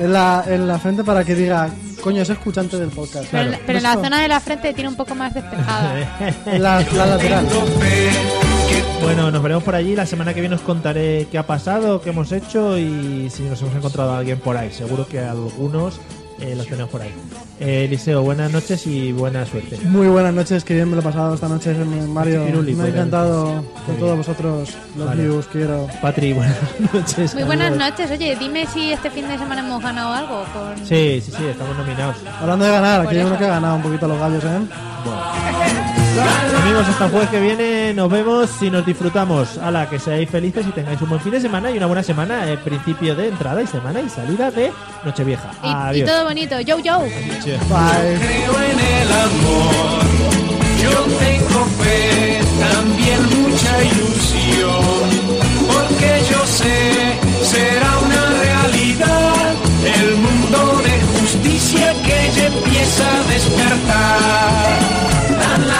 B: En la, en la frente para que diga, coño, es escuchante del podcast.
C: Pero, en la- pero en la
B: Eso,
C: zona de la frente tiene un poco más despejada.
B: en la, la lateral.
A: Bueno, nos veremos por allí. La semana que viene os contaré qué ha pasado, qué hemos hecho y si nos hemos encontrado a alguien por ahí. Seguro que algunos eh, los tenemos por ahí. Eh, Eliseo, buenas noches y buena suerte.
B: Muy buenas noches, que bien me lo he pasado esta noche, Mario.
A: Piruli,
B: me ha
A: podría
B: encantado
A: decir.
B: con
A: Qué
B: todos
A: bien.
B: vosotros. Los
A: Vale.
B: views, quiero.
A: Patri, buenas noches.
C: Muy buenas
A: Adiós.
C: noches. Oye, dime si este fin de semana hemos ganado algo. Con...
A: Sí, sí, sí, estamos nominados.
B: Hablando de ganar, aquí
C: Por
B: hay uno
C: eso.
B: que ha ganado un poquito los gallos, ¿eh?
A: Amigos, hasta el jueves que viene nos vemos y nos disfrutamos. Ala, que seáis felices y tengáis un buen fin de semana y una buena semana. El principio de entrada y semana y salida de Nochevieja.
C: Y- Y,
A: Adiós.
C: todo bonito. Yo, yo.
B: Bye.
G: creo en el amor. Yo tengo fe, también mucha ilusión, porque yo sé, será una realidad el mundo de justicia que ya empieza a despertar.